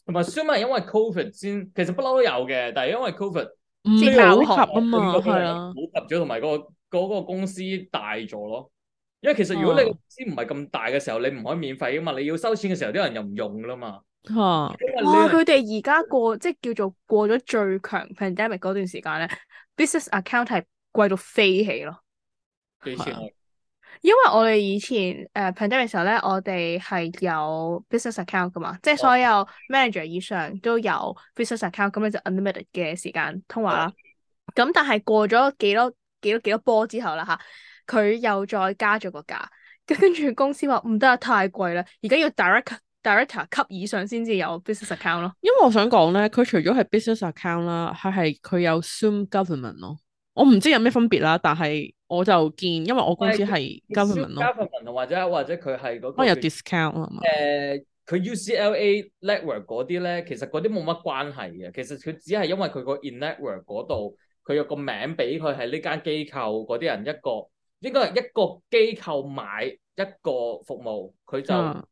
Speaker 3: 同埋 Zoom 係因為 Covid 先，其實不嬲都有嘅，但係因為 Covid
Speaker 2: 唔
Speaker 1: 先
Speaker 2: 普
Speaker 1: 爆
Speaker 2: 及
Speaker 1: 紅
Speaker 2: 啊嘛，係啊。
Speaker 3: 普及咗，同埋個嗰個公司大咗咯。因為其
Speaker 2: 啊
Speaker 3: 實如果你個公司唔係咁大嘅時候，你唔可以免費噶嘛，你要收錢嘅時候，啲人又唔用噶啦嘛。
Speaker 2: 嚇、
Speaker 3: 因為
Speaker 1: 哇！
Speaker 3: 呢
Speaker 1: 佢哋而家過即係叫做過咗最強 pandemic 嗰段時間咧，business account 係貴到飛起咯。
Speaker 3: 幾
Speaker 2: 哦
Speaker 3: 錢啊？
Speaker 1: 因為我哋以前誒、呃 pandemic 時候咧，我哋係有 business account 噶嘛，即係所有 manager 以上都有 business account，咁你就 unlimited 嘅時間通話啦。咁但係過咗幾多幾多幾多波之後啦吓，佢又再加咗個價，跟跟住公司話唔得啊，太貴啦，而家要 direct director 級以上先至有 business account 咯。
Speaker 2: 因為我想講咧，佢除咗係 business account 啦，佢係佢有 Zoom government 咯。我唔知有咩分別啦，但係我就見，因為我公司係 government 咯，
Speaker 3: government 或者或者佢係嗰
Speaker 2: 可能有
Speaker 3: 個
Speaker 2: discount 啊啦嘛。
Speaker 3: 誒呃佢 UCLA network 嗰啲咧，其實嗰啲冇乜關係嘅。其實佢只係因為佢個 in network 嗰度，佢有個名俾佢係呢間機構嗰啲人一個，應該係一個機構買一個服務，佢就
Speaker 2: 啊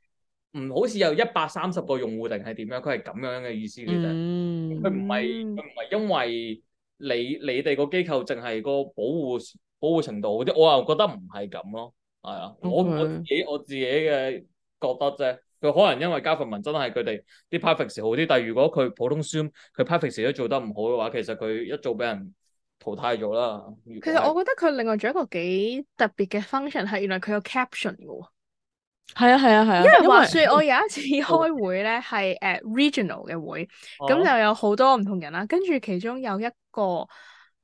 Speaker 3: 唔好似有一百三十個用戶定係點樣，佢係咁樣嘅意思嘅啫。
Speaker 2: 嗯
Speaker 3: 佢，唔係
Speaker 1: 嗯
Speaker 3: 佢唔係因為你你哋個機構淨係個保護保護程度好啲，我又覺得唔係咁咯，係啊，
Speaker 1: 嗯
Speaker 3: 我我
Speaker 2: OK
Speaker 3: 自己我自己嘅覺得啫。佢可能因為加份文真係佢哋啲 perfect 時好啲，但係如果佢普通 Zoom 佢 perfect 時都做得唔好嘅話，其實佢一早俾人淘汰咗啦。如果
Speaker 1: 其實
Speaker 3: 係
Speaker 1: 我覺得佢另外仲有一個幾特別嘅 function 係原來佢有 caption 嘅喎。
Speaker 2: 係啊係啊係啊，
Speaker 1: 因為
Speaker 2: 因
Speaker 1: 話
Speaker 2: 為
Speaker 1: 說，我有一次開會咧，係誒 regional 嘅會，
Speaker 3: 啊
Speaker 1: 咁就有好多唔同人啦。跟住其中有一個誒、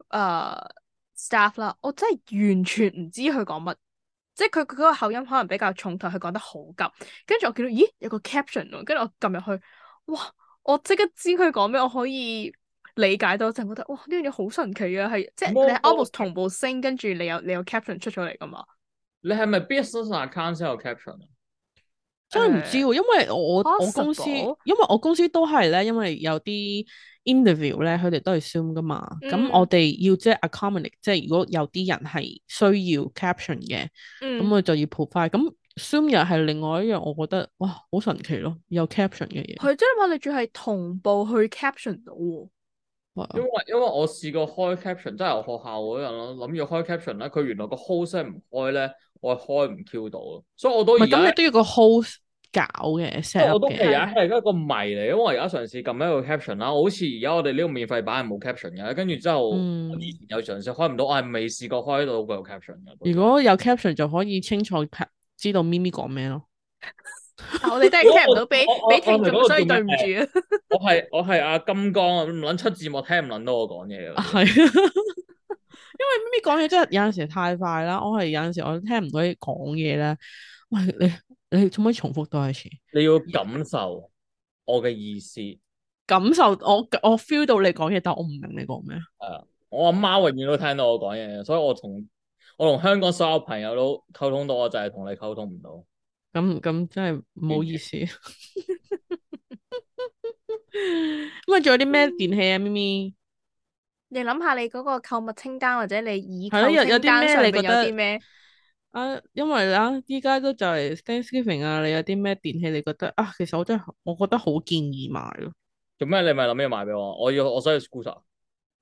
Speaker 1: 呃 staff 啦，我真係完全唔知佢講乜，即係佢佢嗰個口音可能比較重，同埋佢講得好急。跟住我見到咦有個 caption 喎，跟住我撳入去，哇！我即刻知佢講咩，我可以理解到，就覺得哇呢樣嘢好神奇啊！係即係
Speaker 3: 冇
Speaker 1: 你係
Speaker 3: 冇
Speaker 1: almost 同步聲，跟住你有你有 caption 出咗嚟噶嘛？
Speaker 3: 你係咪 business account 先有 caption 啊？
Speaker 2: 真係唔知喎，因為我我
Speaker 1: possible？
Speaker 2: 公司，因為我公司都係咧，因為有啲 interview 咧，佢哋都係 Zoom 噶嘛，咁、
Speaker 1: 嗯
Speaker 2: 我哋要即係 accommodate，即係如果有啲人係需要 caption 嘅，咁
Speaker 1: 嗯，
Speaker 2: 佢就要 provide。咁 Zoom 又係另外一樣，我覺得哇，好神奇咯，有 caption 嘅嘢。
Speaker 1: 佢真係話你仲係同步去 caption 到喎。
Speaker 2: 哇
Speaker 3: 因為因為我試過開 caption，真係我學校嗰陣咯，諗住開 caption 咧，佢原來個 host 唔開咧，我係開唔 Q 到咯，所以我都
Speaker 2: 唔
Speaker 3: 而
Speaker 2: 係咁，
Speaker 3: 家
Speaker 2: 你都要個 host 搞嘅 set up
Speaker 3: 我都啊係
Speaker 2: 嘅。
Speaker 3: 而家係一個謎嚟，因為我而家嘗試撳一個 caption 啦，好似而家我哋呢個免費版係冇 caption 嘅，跟住之後
Speaker 2: 嗯
Speaker 3: 我以前有嘗試開唔到，我係未試過開到個 caption 嘅。
Speaker 2: 如果有 caption 就可以清楚知道咪咪講咩 咯。
Speaker 1: 但 我哋都係
Speaker 3: 我
Speaker 1: cap 唔到俾
Speaker 3: 我我
Speaker 1: 俾聽
Speaker 3: 我明
Speaker 1: 眾，
Speaker 3: 嗰個
Speaker 1: 所以
Speaker 3: 叫
Speaker 1: 對唔住啊。
Speaker 3: 我係我係阿金剛啊，唔撚出字幕聽唔撚到我講嘢嘅。
Speaker 2: 啊係，因為咪咪講嘢真係有陣時太快啦，我係有陣時我聽唔到你講嘢咧。喂，你你做乜重複多一次？
Speaker 3: 你要感受我嘅意思。
Speaker 2: 感受我我 feel 到你講嘢，但我唔明你講咩。
Speaker 3: 我阿媽永遠都聽到我講嘢，所以我同我同香港所有朋友都溝通到，我就係同你溝通唔到。
Speaker 2: 咁咁真係唔好意思。咁啊，仲有啲
Speaker 1: 嗯
Speaker 2: 咩電器啊？咪咪
Speaker 1: 你諗下你嗰個購物清單或者你已購
Speaker 2: 係咯，有
Speaker 1: 清
Speaker 2: 有啲
Speaker 1: 嗯單上面
Speaker 2: 咩你覺
Speaker 1: 有
Speaker 2: 得
Speaker 1: 啲咩？
Speaker 2: 啊？因為啦，依家都就係 Thanksgiving 啊，你有啲咩電器你覺得啊？其實我真係我覺得好建議買咯，
Speaker 3: 做咩？你咪諗嘢賣俾我，我要我想要 scooter。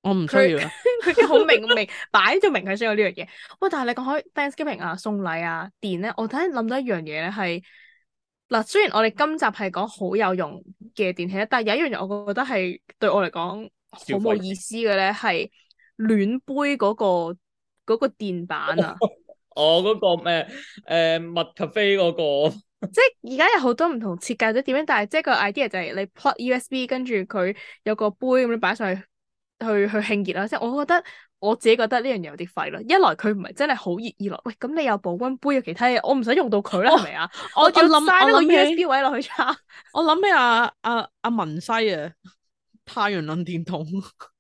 Speaker 2: 我唔需
Speaker 1: 佢
Speaker 2: 要啦。啊
Speaker 1: 佢已經好明明 擺咗明佢需要呢樣嘢。喂，但係你講開 Thanksgiving 啊、送禮啊、電咧，我突然諗到一樣嘢咧係嗱，雖然我哋今集係講好有用嘅電器咧，但係有一樣嘢我覺得係對我嚟講好
Speaker 3: 消費
Speaker 1: 冇意思嘅咧係暖杯嗰、個。嗰個電板啊，
Speaker 3: 我嗰、個咩誒麥咖啡嗰個，
Speaker 1: 即係而家有好多唔同設計或者點樣，但係即係個 idea 就係你 plug USB 跟住佢有個杯咁樣擺上去去去慶熱啦。即係我覺得我自己覺得呢樣嘢有啲廢咯。一來佢唔係真係好熱，二來喂咁你有保溫杯有其他嘢，我唔使用到佢
Speaker 2: 哦
Speaker 1: 啦，係咪啊？
Speaker 2: 我
Speaker 1: 我仲要
Speaker 2: 諗
Speaker 1: 嘥呢個
Speaker 2: 我諗起
Speaker 1: USB 位落去插。
Speaker 2: 我諗起阿阿阿文西啊，太陽能電筒，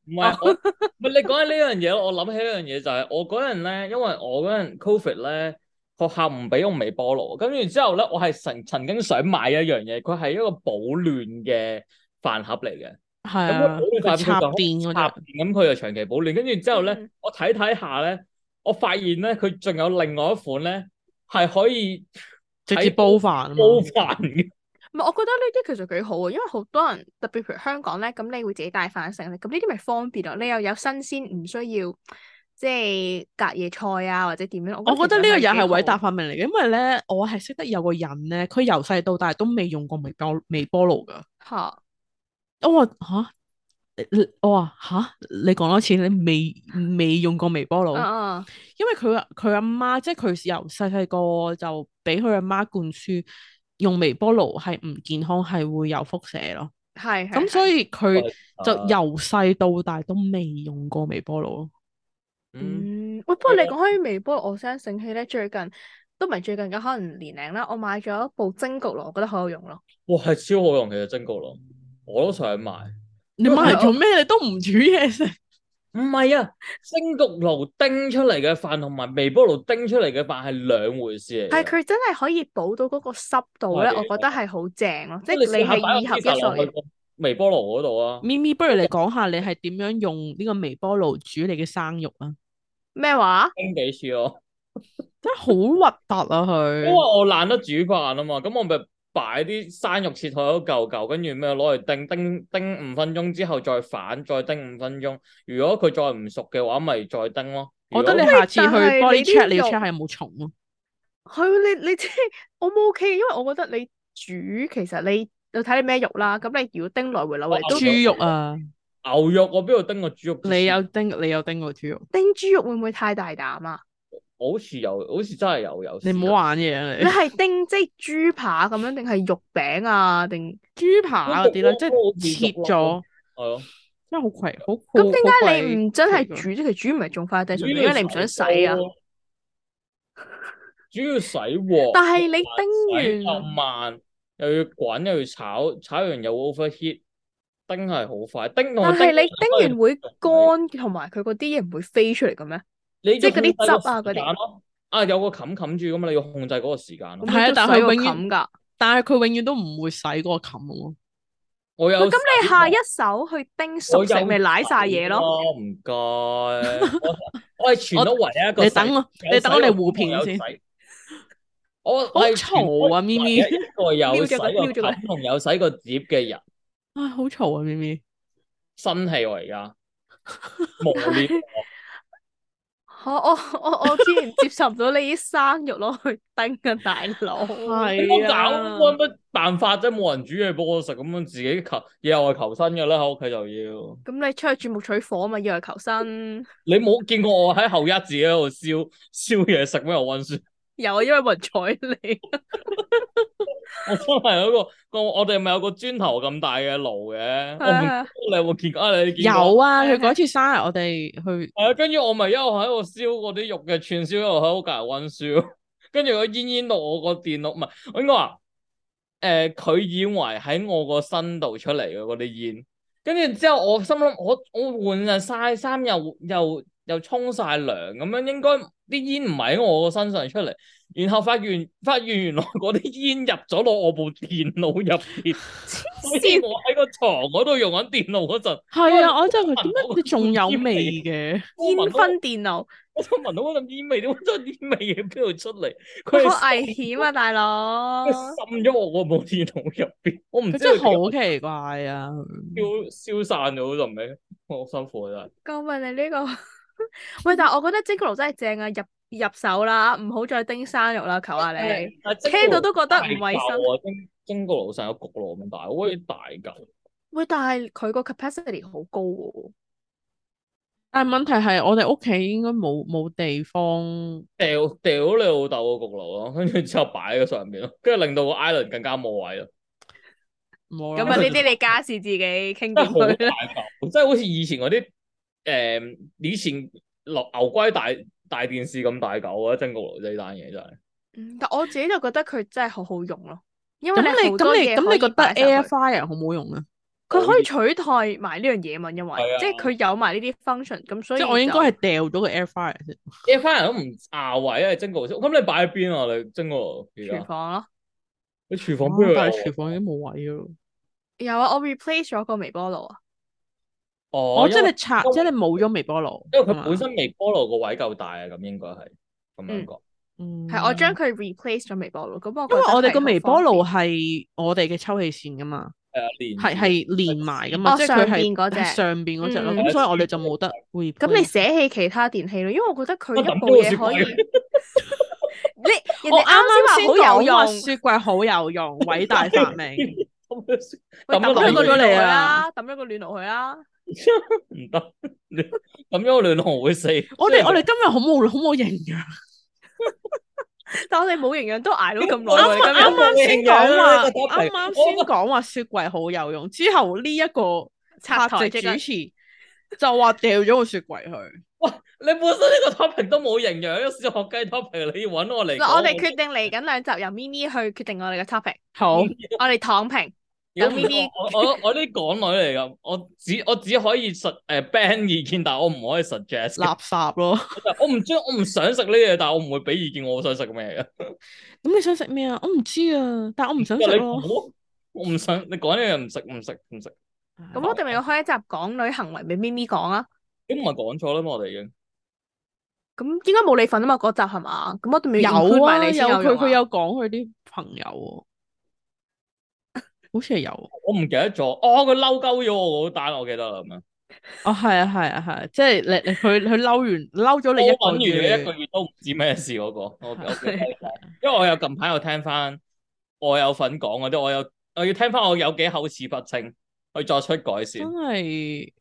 Speaker 3: 唔係 我，唔係你講起呢樣嘢，我諗起一樣嘢就係、我嗰陣咧，因為我嗰陣 covid 咧，學校唔俾用微波爐，跟住之後咧，我係曾曾經想買一樣嘢，佢係一個保暖嘅飯盒嚟嘅。
Speaker 2: 係
Speaker 3: 咁佢
Speaker 2: 啊
Speaker 3: 保，暖
Speaker 2: 佢
Speaker 3: 法
Speaker 2: 插電嗰
Speaker 3: 插
Speaker 2: 啲，
Speaker 3: 電咁佢就長期保暖。跟住之後咧，
Speaker 1: 嗯
Speaker 3: 我睇睇下咧，我發現咧佢仲有另外一款咧係可以
Speaker 2: 直接煲飯啊嘛。
Speaker 1: 嗯
Speaker 3: 煲飯嘅。
Speaker 1: 唔係，我覺得呢啲其實幾好啊，因為好多人特別譬如香港咧，咁你會自己帶飯食咧，咁呢啲咪方便咯。你又有新鮮，唔需要即係隔夜菜啊或者點樣。
Speaker 2: 我覺得呢個
Speaker 1: 其實
Speaker 2: 又係
Speaker 1: 幾
Speaker 2: 偉大
Speaker 1: 好
Speaker 2: 發明嚟嘅，因為咧，我係識得有個人咧，佢由細到大都未用過微波微波爐噶。
Speaker 1: 嚇。
Speaker 2: 我話吓，你你我話吓，你講多次，你未未用過微波爐？
Speaker 1: 嗯
Speaker 2: 因為佢阿佢阿媽，即係佢由細細個就俾佢阿媽灌輸用微波爐係唔健康，係會有輻射咯。
Speaker 1: 嗯，係
Speaker 2: 咁所
Speaker 1: 以
Speaker 2: 以佢就
Speaker 3: 啊
Speaker 2: 由細到大都未用過微波爐咯。
Speaker 3: 嗯，
Speaker 1: 嗯，喂，不過你講開微波爐，我先醒起咧，最近都唔係最近嘅，可能年零啦，我買咗一部蒸焗爐，我覺得好有用咯。
Speaker 3: 哇，係超好用，其實蒸焗爐我都想買。
Speaker 2: 你買嚟做咩？你都唔煮嘢食。
Speaker 3: 唔係啊，蒸焗爐叮出嚟嘅飯同埋微波爐叮出嚟嘅飯係啊兩回事嚟
Speaker 1: 係
Speaker 3: 嘅。
Speaker 1: 佢真係可以補到嗰個濕度咧，
Speaker 3: 係
Speaker 1: 我覺得係好正咯，即
Speaker 3: 啊你
Speaker 1: 係
Speaker 3: 試
Speaker 1: 你
Speaker 3: 下擺個
Speaker 1: 係二合
Speaker 3: pizza
Speaker 1: 一
Speaker 3: 落
Speaker 1: 所有
Speaker 3: 去。個微波爐嗰度啊，
Speaker 2: 咪咪，不如你講下你係點樣用呢個微波爐煮你嘅生肉啊？
Speaker 1: 咩話？
Speaker 3: 叮幾次咯。
Speaker 2: 真係好核突啊！佢
Speaker 3: 因為我懶得煮飯啊嘛，咁我咪擺啲生肉切開一嚿嚿，跟住咩攞嚟叮叮叮五分鐘之後再反，再叮五分鐘。如果佢再唔熟嘅話，咪再叮咯。
Speaker 2: 我覺得
Speaker 3: 如
Speaker 2: 你
Speaker 3: 果
Speaker 2: 下次去
Speaker 1: 但係
Speaker 2: body
Speaker 1: 你啲
Speaker 2: check，你要
Speaker 1: 肉
Speaker 2: check 下有冇蟲咯。
Speaker 1: 係你你即係我冇 OK，因為我覺得你煮其實你要睇你咩肉啦，咁你如果叮來回扭嚟
Speaker 3: 我
Speaker 1: 都
Speaker 2: 豬肉啊，
Speaker 3: 牛肉我邊度叮過豬肉？
Speaker 2: 你有叮，你有叮過豬肉？
Speaker 1: 叮豬肉會唔會太大膽啊？
Speaker 3: 我好似有，好似真係有有。
Speaker 2: 你唔好玩嘢啊！
Speaker 1: 你
Speaker 2: 你
Speaker 1: 係叮即係豬扒咁樣，定係肉餅啊？定
Speaker 2: 豬扒嗰啲啦，即係切
Speaker 3: 我都好
Speaker 2: 咗，
Speaker 3: 係咯，
Speaker 2: 真係好攰，好
Speaker 1: 咁點解
Speaker 2: 好
Speaker 1: 你
Speaker 2: 鬼
Speaker 1: 唔真係
Speaker 2: 奇怪
Speaker 1: 煮啫？其實煮唔係仲快，但係純粹因為你唔想洗啊。
Speaker 3: 豬主要洗鑊，
Speaker 1: 但係你
Speaker 3: 洗
Speaker 1: 叮
Speaker 3: 又
Speaker 1: 完，
Speaker 3: 慢，又要滾又要炒，炒完又 overheat，叮係好快，叮同
Speaker 1: 但
Speaker 3: 埋
Speaker 1: 係
Speaker 3: 叮
Speaker 1: 你叮完會乾，同埋佢嗰啲嘢唔會飛出嚟嘅咩？
Speaker 3: 你
Speaker 1: 即係嗰啲
Speaker 3: 要控
Speaker 1: 汁啊嗰
Speaker 3: 制個
Speaker 1: 啲
Speaker 3: 時間咯啊有個冚冚住咁嘛，你要控制嗰個時間咯。
Speaker 2: 係啊但係
Speaker 1: 佢
Speaker 2: 永遠
Speaker 1: 咁㗎。
Speaker 2: 但係佢永遠都唔會洗嗰個冚啊喎。
Speaker 3: 我有
Speaker 1: 喂咁你下
Speaker 3: 洗
Speaker 1: 一手去叮熟食，咪舐晒嘢咯？
Speaker 3: 咯，唔該，我我係全屋唯 一一個
Speaker 2: 你
Speaker 3: 洗
Speaker 2: 等啊我，
Speaker 3: 有
Speaker 2: 你等我
Speaker 3: 洗
Speaker 2: 嚟
Speaker 3: 個
Speaker 2: 互片
Speaker 3: 有
Speaker 2: 先
Speaker 3: 洗。我
Speaker 2: 好
Speaker 3: 係全
Speaker 2: 嘈啊
Speaker 3: 屋
Speaker 2: 咪
Speaker 3: 唯
Speaker 2: 咪
Speaker 3: 一一個有洗
Speaker 1: 瞄咗個瞄
Speaker 3: 個
Speaker 1: 咗個
Speaker 3: 冚同有洗個碟嘅人，
Speaker 2: 唉，好嘈啊，咪咪。
Speaker 3: 新氣我而家無裂 我，
Speaker 1: 我我我我之前接受唔到你啲生肉攞去叮嘅大佬。
Speaker 2: 係
Speaker 3: 你幫
Speaker 1: 啊
Speaker 3: 搞冇乜辦法啫，冇人煮嘢俾我食，咁樣自己求又係求生嘅啦，喺屋企就要。
Speaker 1: 咁你出去鑽木取火啊嘛，以為求生。
Speaker 3: 你冇見過我喺後一自己喺度燒燒嘢食咩？我温書，
Speaker 1: 有啊，因為雲彩你。
Speaker 3: 我真係嗰個個我哋咪有個磚頭咁大嘅爐嘅，我唔
Speaker 1: 係啊
Speaker 3: 你有冇見過啊？你見過
Speaker 2: 有啊，佢
Speaker 1: 係
Speaker 2: 嗰次生日我哋去，
Speaker 3: 係啊，跟住我咪一路喺度燒嗰啲肉嘅串燒，一路喺度隔離温書， 跟住佢煙煙到我個電腦，唔係我應該話，誒、佢以為喺我個身度出嚟嘅嗰啲煙，跟住之後我心諗我我換晒晒衫又又又沖晒涼咁樣，應該啲煙唔係喺我個身上出嚟，然後發現發現原來嗰啲煙入咗落我部電腦入邊，所以我喺個床嗰度用緊電腦嗰陣，
Speaker 2: 係啊，我真 係佢點
Speaker 3: 我
Speaker 2: 解你仲有味嘅？
Speaker 3: 我聞
Speaker 1: 煙
Speaker 3: 到
Speaker 1: 燻電腦，
Speaker 3: 我想聞到嗰陣煙味，點解真係煙味嘢邊度出嚟？佢
Speaker 1: 好危
Speaker 3: 係
Speaker 1: 啊險啊，大佬
Speaker 3: 佢！滲咗我個部電腦入邊，我唔
Speaker 2: 佢
Speaker 3: 知
Speaker 2: 真係
Speaker 3: 佢
Speaker 2: 好奇怪啊！
Speaker 3: 燒燒散咗嗰陣味，我好啊辛苦真係。
Speaker 1: 救命啊你 呢個！喂，但係我覺得蒸焗爐真係正啊，入入手啦，唔好再叮生肉啦，求下
Speaker 2: 啊
Speaker 1: 你。聽到都覺得唔
Speaker 3: 啊
Speaker 1: 衞生。
Speaker 3: 生。蒸蒸個爐上有焗爐咁大，好似大嚿。
Speaker 1: 喂，但係佢個 capacity 好高喎，
Speaker 2: 但係問題係，我哋屋企應該冇冇地方。
Speaker 3: 掉掉你老豆個焗爐咯，跟住之後擺喺上面咯，跟住令到個 island 更加冇位咯，
Speaker 2: 冇
Speaker 1: 咁
Speaker 2: 啦
Speaker 1: 啊呢啲你家事自己傾掂
Speaker 3: 真係好
Speaker 1: 佢
Speaker 3: 大
Speaker 1: 啦。
Speaker 3: 嚿，真係好似以前嗰啲誒，以前落牛龜大大電視咁大嚿啊！蒸焗爐呢單嘢真係。
Speaker 1: 嗯但我自己就覺得佢真係好好用咯，因為
Speaker 2: 咁你
Speaker 1: 好多
Speaker 2: 咁你
Speaker 1: 嘢
Speaker 2: 咁
Speaker 1: 可
Speaker 2: 你覺
Speaker 1: 以
Speaker 2: 得
Speaker 1: 擺上去
Speaker 2: air fryer 好唔好用啊？
Speaker 1: 佢可以取代埋呢樣嘢嘛？因為
Speaker 3: 係啊
Speaker 1: 即係佢有埋呢啲 function，咁所
Speaker 2: 即
Speaker 1: 以
Speaker 2: 係我應該
Speaker 1: 就
Speaker 2: 係掉咗個 air fryer 先。
Speaker 3: 嘢翻嚟都唔拗位啊！蒸焗爐，咁你擺喺邊啊？你蒸焗爐而
Speaker 1: 廚
Speaker 3: 家，
Speaker 1: 房咯。
Speaker 3: 你廚房邊
Speaker 2: 哦
Speaker 3: 度
Speaker 2: 但
Speaker 3: 有
Speaker 2: 係廚房已經冇位咯。
Speaker 1: 有啊，我 replace 咗個微波爐啊。
Speaker 3: 哦，
Speaker 2: 哦，即
Speaker 3: 因
Speaker 2: 係
Speaker 3: 為
Speaker 2: 你嗯拆，即係你冇咗微波爐。
Speaker 3: 因為
Speaker 2: 係嘛
Speaker 3: 佢本身微波爐個位夠大啊，咁應該係咁樣講。
Speaker 2: 嗯
Speaker 1: 係我將佢 replace 咗微波爐，咁我
Speaker 2: 因為我哋
Speaker 1: 個
Speaker 2: 個微波爐係我哋嘅抽氣扇噶嘛，
Speaker 3: 係啊，連
Speaker 2: 係係連埋噶嘛，
Speaker 1: 哦
Speaker 2: 即係佢
Speaker 1: 上
Speaker 2: 係
Speaker 1: 邊嗰隻
Speaker 2: 係上邊嗰隻咯，
Speaker 1: 嗯
Speaker 2: 咁所以我哋就冇得 r
Speaker 1: 咁你捨棄其他電器咯，因為我覺得佢
Speaker 3: 我
Speaker 1: 一
Speaker 3: 抌
Speaker 1: 部
Speaker 3: 咗個
Speaker 1: 嘢
Speaker 3: 雪
Speaker 1: 可以。
Speaker 3: 櫃
Speaker 1: 你人
Speaker 2: 我
Speaker 1: 哋
Speaker 2: 啱啱
Speaker 1: 啱
Speaker 2: 先
Speaker 1: 先話好有
Speaker 2: 講話
Speaker 1: 用，
Speaker 2: 雪櫃好有用，偉大發明。
Speaker 1: 喂抌
Speaker 3: 抌
Speaker 1: 咗
Speaker 3: 咗
Speaker 1: 個暖爐
Speaker 2: 暖爐
Speaker 3: 個
Speaker 1: 去
Speaker 2: 去
Speaker 1: 啦
Speaker 2: 啦，
Speaker 1: 抌咗個暖爐去啦。
Speaker 3: 唔得，你咁樣我暖爐會死。
Speaker 2: 我哋我哋今日好冇好冇營養，
Speaker 1: 但我哋冇營養都捱到咁耐喎，
Speaker 2: 啱
Speaker 1: 你今日
Speaker 2: 啱啱先講
Speaker 3: 呢
Speaker 2: 話，
Speaker 3: 個 topic
Speaker 2: 啱啱先講話雪櫃好有用，之後呢一個
Speaker 1: 拆台
Speaker 2: 席
Speaker 1: 即
Speaker 2: 主
Speaker 1: 刻
Speaker 2: 持就話掉咗個雪櫃去。
Speaker 3: 你本身呢個 topic 都冇營養，小學雞 topic 你要揾我嚟講。
Speaker 1: 嗱，我哋決定嚟緊兩集由咪咪去決定我哋嘅 topic，
Speaker 2: 好，
Speaker 1: 我哋躺平。
Speaker 3: 如
Speaker 1: 有
Speaker 3: 果
Speaker 1: 呢
Speaker 3: 唔
Speaker 1: 啲
Speaker 3: 我我我我啲港女嚟㗎，我只我只可以 s 誒 ban 意見，但係我唔可以 suggest 嘅。
Speaker 2: 垃圾咯。
Speaker 3: 我唔中，我唔想食呢嘢，但係我唔會俾意見，我想食咩嘅。
Speaker 2: 咁你想食咩啊？我唔知啊，但我唔想食
Speaker 3: 你
Speaker 2: 咯。
Speaker 3: 唔好，我唔想你講嘢唔食，唔食，唔食。
Speaker 1: 咁我哋咪要開一集港女行為俾咪咪講啊？
Speaker 3: 咁唔係講錯啦嘛，我哋已經。
Speaker 1: 咁應該冇你份啊嘛，嗰集係嘛？咁我哋咪
Speaker 2: 有
Speaker 1: include
Speaker 2: 啊，
Speaker 1: 埋你
Speaker 2: 有
Speaker 1: 先
Speaker 2: 佢
Speaker 1: 用
Speaker 2: 佢
Speaker 1: 啊
Speaker 2: 有講佢啲朋友喎，好似係有。哦，
Speaker 3: 我唔記得咗。哦，佢嬲鳩咗我嗰單，我記得啦咁樣。
Speaker 2: 係啊，係啊，係啊，即係你你佢佢嬲完嬲咗你一
Speaker 3: 我
Speaker 2: 個
Speaker 3: 搵完你
Speaker 2: 月
Speaker 3: 一個，月都唔知咩事嗰個，我我記 得
Speaker 1: 係
Speaker 3: 因為我有近排有聽翻，我有份講嗰啲，我有我要聽翻我有幾口齒不清，去作出改善
Speaker 2: 真。係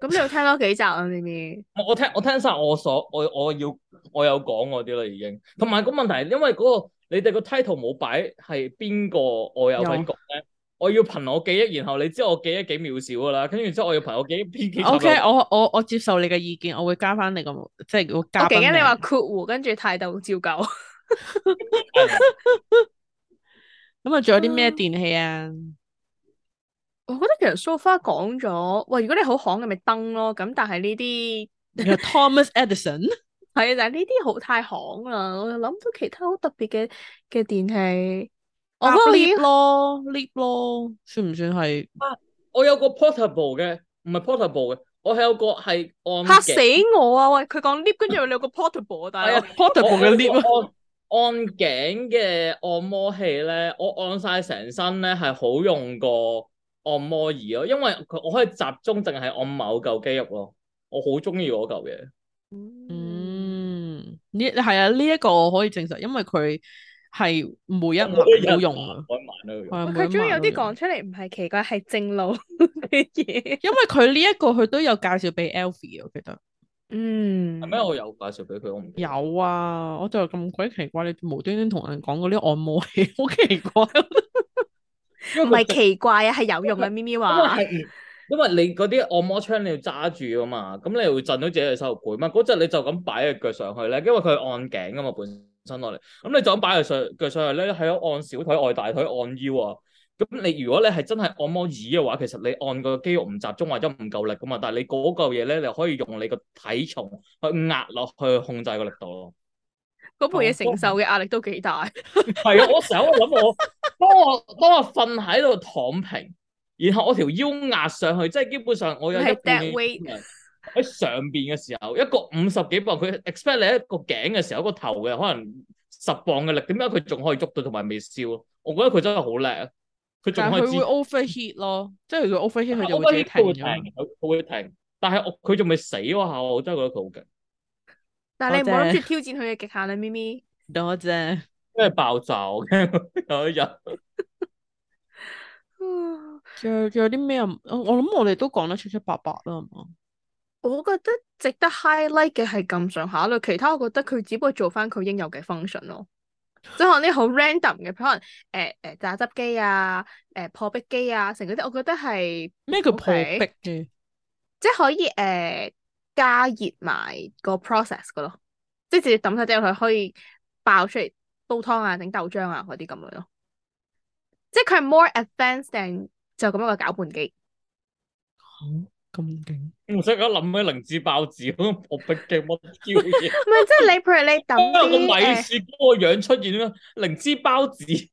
Speaker 1: 咁你要聽多幾集啊，咪咪。
Speaker 3: 我我聽我聽晒我所我我要我有講嗰啲啦已經，同埋個問題係因為嗰、個你哋個 title 冇擺係邊個我有份
Speaker 2: 有
Speaker 3: 講咧，我要憑我記憶，然後你知我記憶幾渺小噶啦，跟住之後我要憑我記憶編幾
Speaker 2: O K，我我我接受你嘅意見，我會加翻你個即係個
Speaker 1: 我
Speaker 2: 嘉
Speaker 1: 記
Speaker 2: 賓
Speaker 1: 得
Speaker 2: 名。
Speaker 1: 你話括弧，跟住態度照舊。
Speaker 2: 咁啊，仲有啲咩
Speaker 1: 嗯
Speaker 2: 電器啊？
Speaker 1: 我覺得其實 so far 講咗，喂，如果你好行嘅咪燈咯，咁但係呢啲
Speaker 2: 有 Thomas Edison，
Speaker 1: 係啊，但係呢啲好太行啦，我又諗到其他好特別嘅嘅電器，我
Speaker 2: 搭
Speaker 1: 覺得我已
Speaker 2: lift
Speaker 1: 經
Speaker 2: 哦咯，lift 咯，算唔算 係？
Speaker 3: 我有個 portable 嘅，唔係 portable 嘅，我係有個係按
Speaker 1: 嚇死
Speaker 3: 頸
Speaker 1: 我啊！喂，佢講 lift，跟住你有個 portable 啊，但
Speaker 3: 係
Speaker 1: 係
Speaker 3: 啊
Speaker 1: 我
Speaker 2: portable 嘅 lift 啊
Speaker 3: 我按按頸嘅按摩器咧，我按晒成身咧係好用過按摩儀咯，因為佢我可以集中淨係按某嚿肌肉咯，我好中意嗰嚿嘢。
Speaker 2: 嗯，呢係啊，呢一個我可以證實，因為佢係每一晚
Speaker 3: 我
Speaker 2: 都用啊，
Speaker 3: 我買咗佢
Speaker 2: 係啊每
Speaker 1: 佢
Speaker 2: 一
Speaker 1: 終於有
Speaker 2: 晚都
Speaker 1: 啲
Speaker 2: 用
Speaker 1: 講出嚟唔係奇怪，係正路 嘅嘢。
Speaker 2: 因為佢呢一個佢都有介紹俾 Alfie，我記得
Speaker 1: 嗯，
Speaker 3: 係咩？我有介紹俾佢，我唔記得。
Speaker 2: 有啊，我就咁鬼奇怪，你無端端同人講嗰啲按摩器，好奇怪。
Speaker 3: 因
Speaker 1: 唔
Speaker 3: 為佢
Speaker 1: 係奇怪啊，係有 用嘅。咪咪
Speaker 3: 因為
Speaker 1: 話，
Speaker 3: 係因為你嗰啲按摩槍你要揸住噶嘛，咁你會震到自己嘅手背嘛。嗰隻你就咁擺隻腳上去咧，因為佢係按頸噶嘛，本身落嚟。咁你就咁擺隻上腳上去咧，係咯，按小腿、按大腿、按腰啊。咁你如果你係真係按摩椅嘅話，其實你按個肌肉唔集中或者唔夠力噶嘛，但係你嗰嚿嘢咧，你可以用你個體重去壓落去控制個力度咯。
Speaker 1: 嗰部嘢承受嘅壓力都幾大。
Speaker 3: 係啊，我成日我諗我， 當我當我瞓喺度躺平，然後我條腰壓上去，即係基本上我有一
Speaker 1: 係
Speaker 3: 半
Speaker 1: dead
Speaker 3: 嘅
Speaker 1: weight
Speaker 3: 人喺上邊嘅時候，一個五十幾磅，佢 expect 你一個頸嘅時候，一個頭嘅可能十磅嘅力，點解佢仲可以捉到同埋未燒？我覺得佢真係好叻啊！佢仲
Speaker 2: 但
Speaker 3: 可
Speaker 2: 係
Speaker 3: 以
Speaker 2: 佢
Speaker 3: 知
Speaker 2: 會 overheat 咯，即係佢哦 overheat 佢就
Speaker 3: 我
Speaker 2: 會自己
Speaker 3: 覺得佢
Speaker 2: 停
Speaker 3: 會
Speaker 2: 咗嘛。
Speaker 3: 停，佢佢會停，但係我佢仲未死嗰下，我真係覺得佢好勁，
Speaker 1: 但係你唔
Speaker 2: 多
Speaker 1: 好
Speaker 2: 謝
Speaker 1: 諗
Speaker 3: 哦
Speaker 1: 住挑戰佢嘅極限啦，啊咪咪。
Speaker 2: 多謝。
Speaker 3: 因為爆炸我驚有一日。
Speaker 1: 嗯
Speaker 2: 仲有仲有啲咩啊？我我諗我哋都講得七七八八啦，係嘛？
Speaker 1: 我覺得值得 highlight 嘅係咁上下啦，其他我覺得佢只不過做翻佢應有嘅 function 咯。即係可能啲好 random 嘅，可能誒誒榨汁機啊、誒破壁機啊，成嗰啲，我覺得係
Speaker 2: 咩叫破
Speaker 1: OK
Speaker 2: 壁啫？
Speaker 1: 即係可以誒、呃加熱埋個 process 噶咯，即係直接抌晒啲落去可以爆出嚟煲湯啊、整豆漿啊嗰啲咁樣咯。即係佢係 more advanced than 就咁一個攪拌機。
Speaker 2: 咁勁！
Speaker 3: 我即刻諗起靈芝爆子嗰個破壁機乜超嘢。
Speaker 1: 唔係，即係你譬如你 抌
Speaker 3: 哦因為個
Speaker 1: 啲
Speaker 3: 米
Speaker 1: 誒，
Speaker 3: 雪嗰個樣出現啦，靈芝包子，即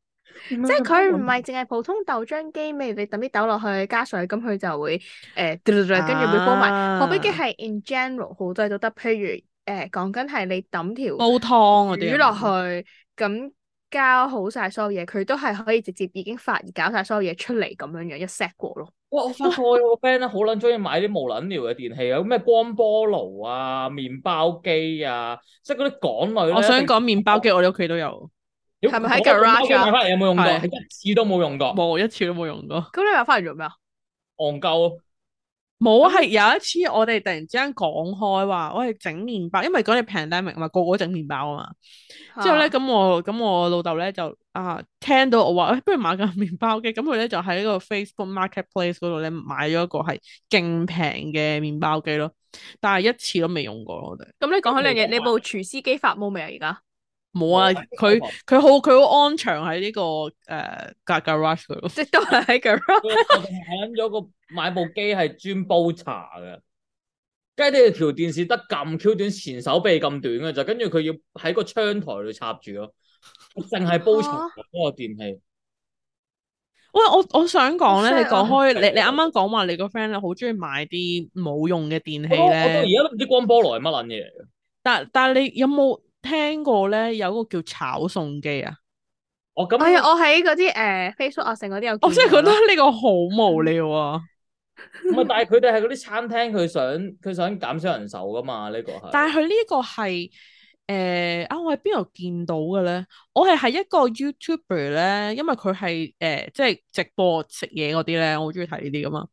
Speaker 1: 即係
Speaker 3: 係
Speaker 1: 佢唔係淨係普通豆漿機，咪你抌啲豆落去加水，咁佢就會誒嘟嘟嘟跟住會煲埋。
Speaker 2: 啊
Speaker 1: 破壁機係 in general 好多嘢都得，譬如誒講緊係你抌條
Speaker 2: 煲湯嗰
Speaker 1: 煮
Speaker 2: 啲啊
Speaker 1: 落去，咁加好晒所有嘢，佢都係可以直接已經發熱搞晒所有嘢出嚟咁樣樣一 set 過咯。
Speaker 3: 哇！我發覺我有個 friend 咧，好撚中意買啲無撚聊嘅電器啊，咩光波爐啊、麵包機啊，即係嗰啲港女
Speaker 2: 我想講麵包機，我哋屋企都有，
Speaker 3: 咧，
Speaker 1: 係咪喺
Speaker 3: 嗰個
Speaker 1: garage 啊
Speaker 3: 麵包機買翻嚟有冇用過？
Speaker 2: 係
Speaker 3: 係一次都冇用過，
Speaker 2: 冇一次都冇用過。
Speaker 1: 咁你買翻嚟做咩啊？
Speaker 3: 戇鳩。
Speaker 2: 冇啊，係有一次我哋突然之間講開話，我哋整麵包，因為嗰陣 pandemic 嘛，個個都整麵包啊嘛。之後咧，
Speaker 1: 嚇
Speaker 2: 咁我咁我老豆咧就啊聽到我話，誒不如買架麵包機，咁佢咧就喺個 Facebook Marketplace 嗰度咧買咗一個係勁平嘅麵包機咯，但係一次都未用過我哋。
Speaker 1: 咁你講開呢樣嘢，你部廚師機發毛未啊？而家
Speaker 2: 冇啊，佢佢好佢好安詳喺呢個誒格格 rush 嗰度。
Speaker 1: 即係都係喺 garage
Speaker 3: 我仲買撚咗個買部機係專煲茶嘅，跟住條電視得咁 Q 短，前手臂咁短嘅就，跟住佢要喺個窗台度插住咯，淨係煲茶
Speaker 1: 啊
Speaker 3: 嗰個電器。
Speaker 2: 喂，我我想講咧，你講
Speaker 1: 好
Speaker 2: 開
Speaker 3: 啊
Speaker 2: 你你啱啱講話你個 friend 咧好中意買啲冇用嘅電器
Speaker 3: 我都我到而
Speaker 2: 咧，
Speaker 3: 家都唔知光波爐係乜撚嘢嚟嘅。
Speaker 2: 但但係你有冇聽過咧有個叫炒餸機啊？
Speaker 3: 我哦咁
Speaker 1: 哎呀，我喺嗰啲誒 Facebook 啊，成嗰啲有見
Speaker 3: 嗯
Speaker 1: 過啦。
Speaker 2: 我真係覺得呢個好無聊啊！
Speaker 3: 唔係，但係佢哋係嗰啲餐廳，佢想佢想減少人手噶嘛？呢個係。
Speaker 2: 但係佢呢個係誒啊！我喺邊度見到嘅咧？我係喺一個 YouTuber 咧，因為佢係誒即係直播食嘢嗰啲咧，我好中意睇呢啲噶嘛。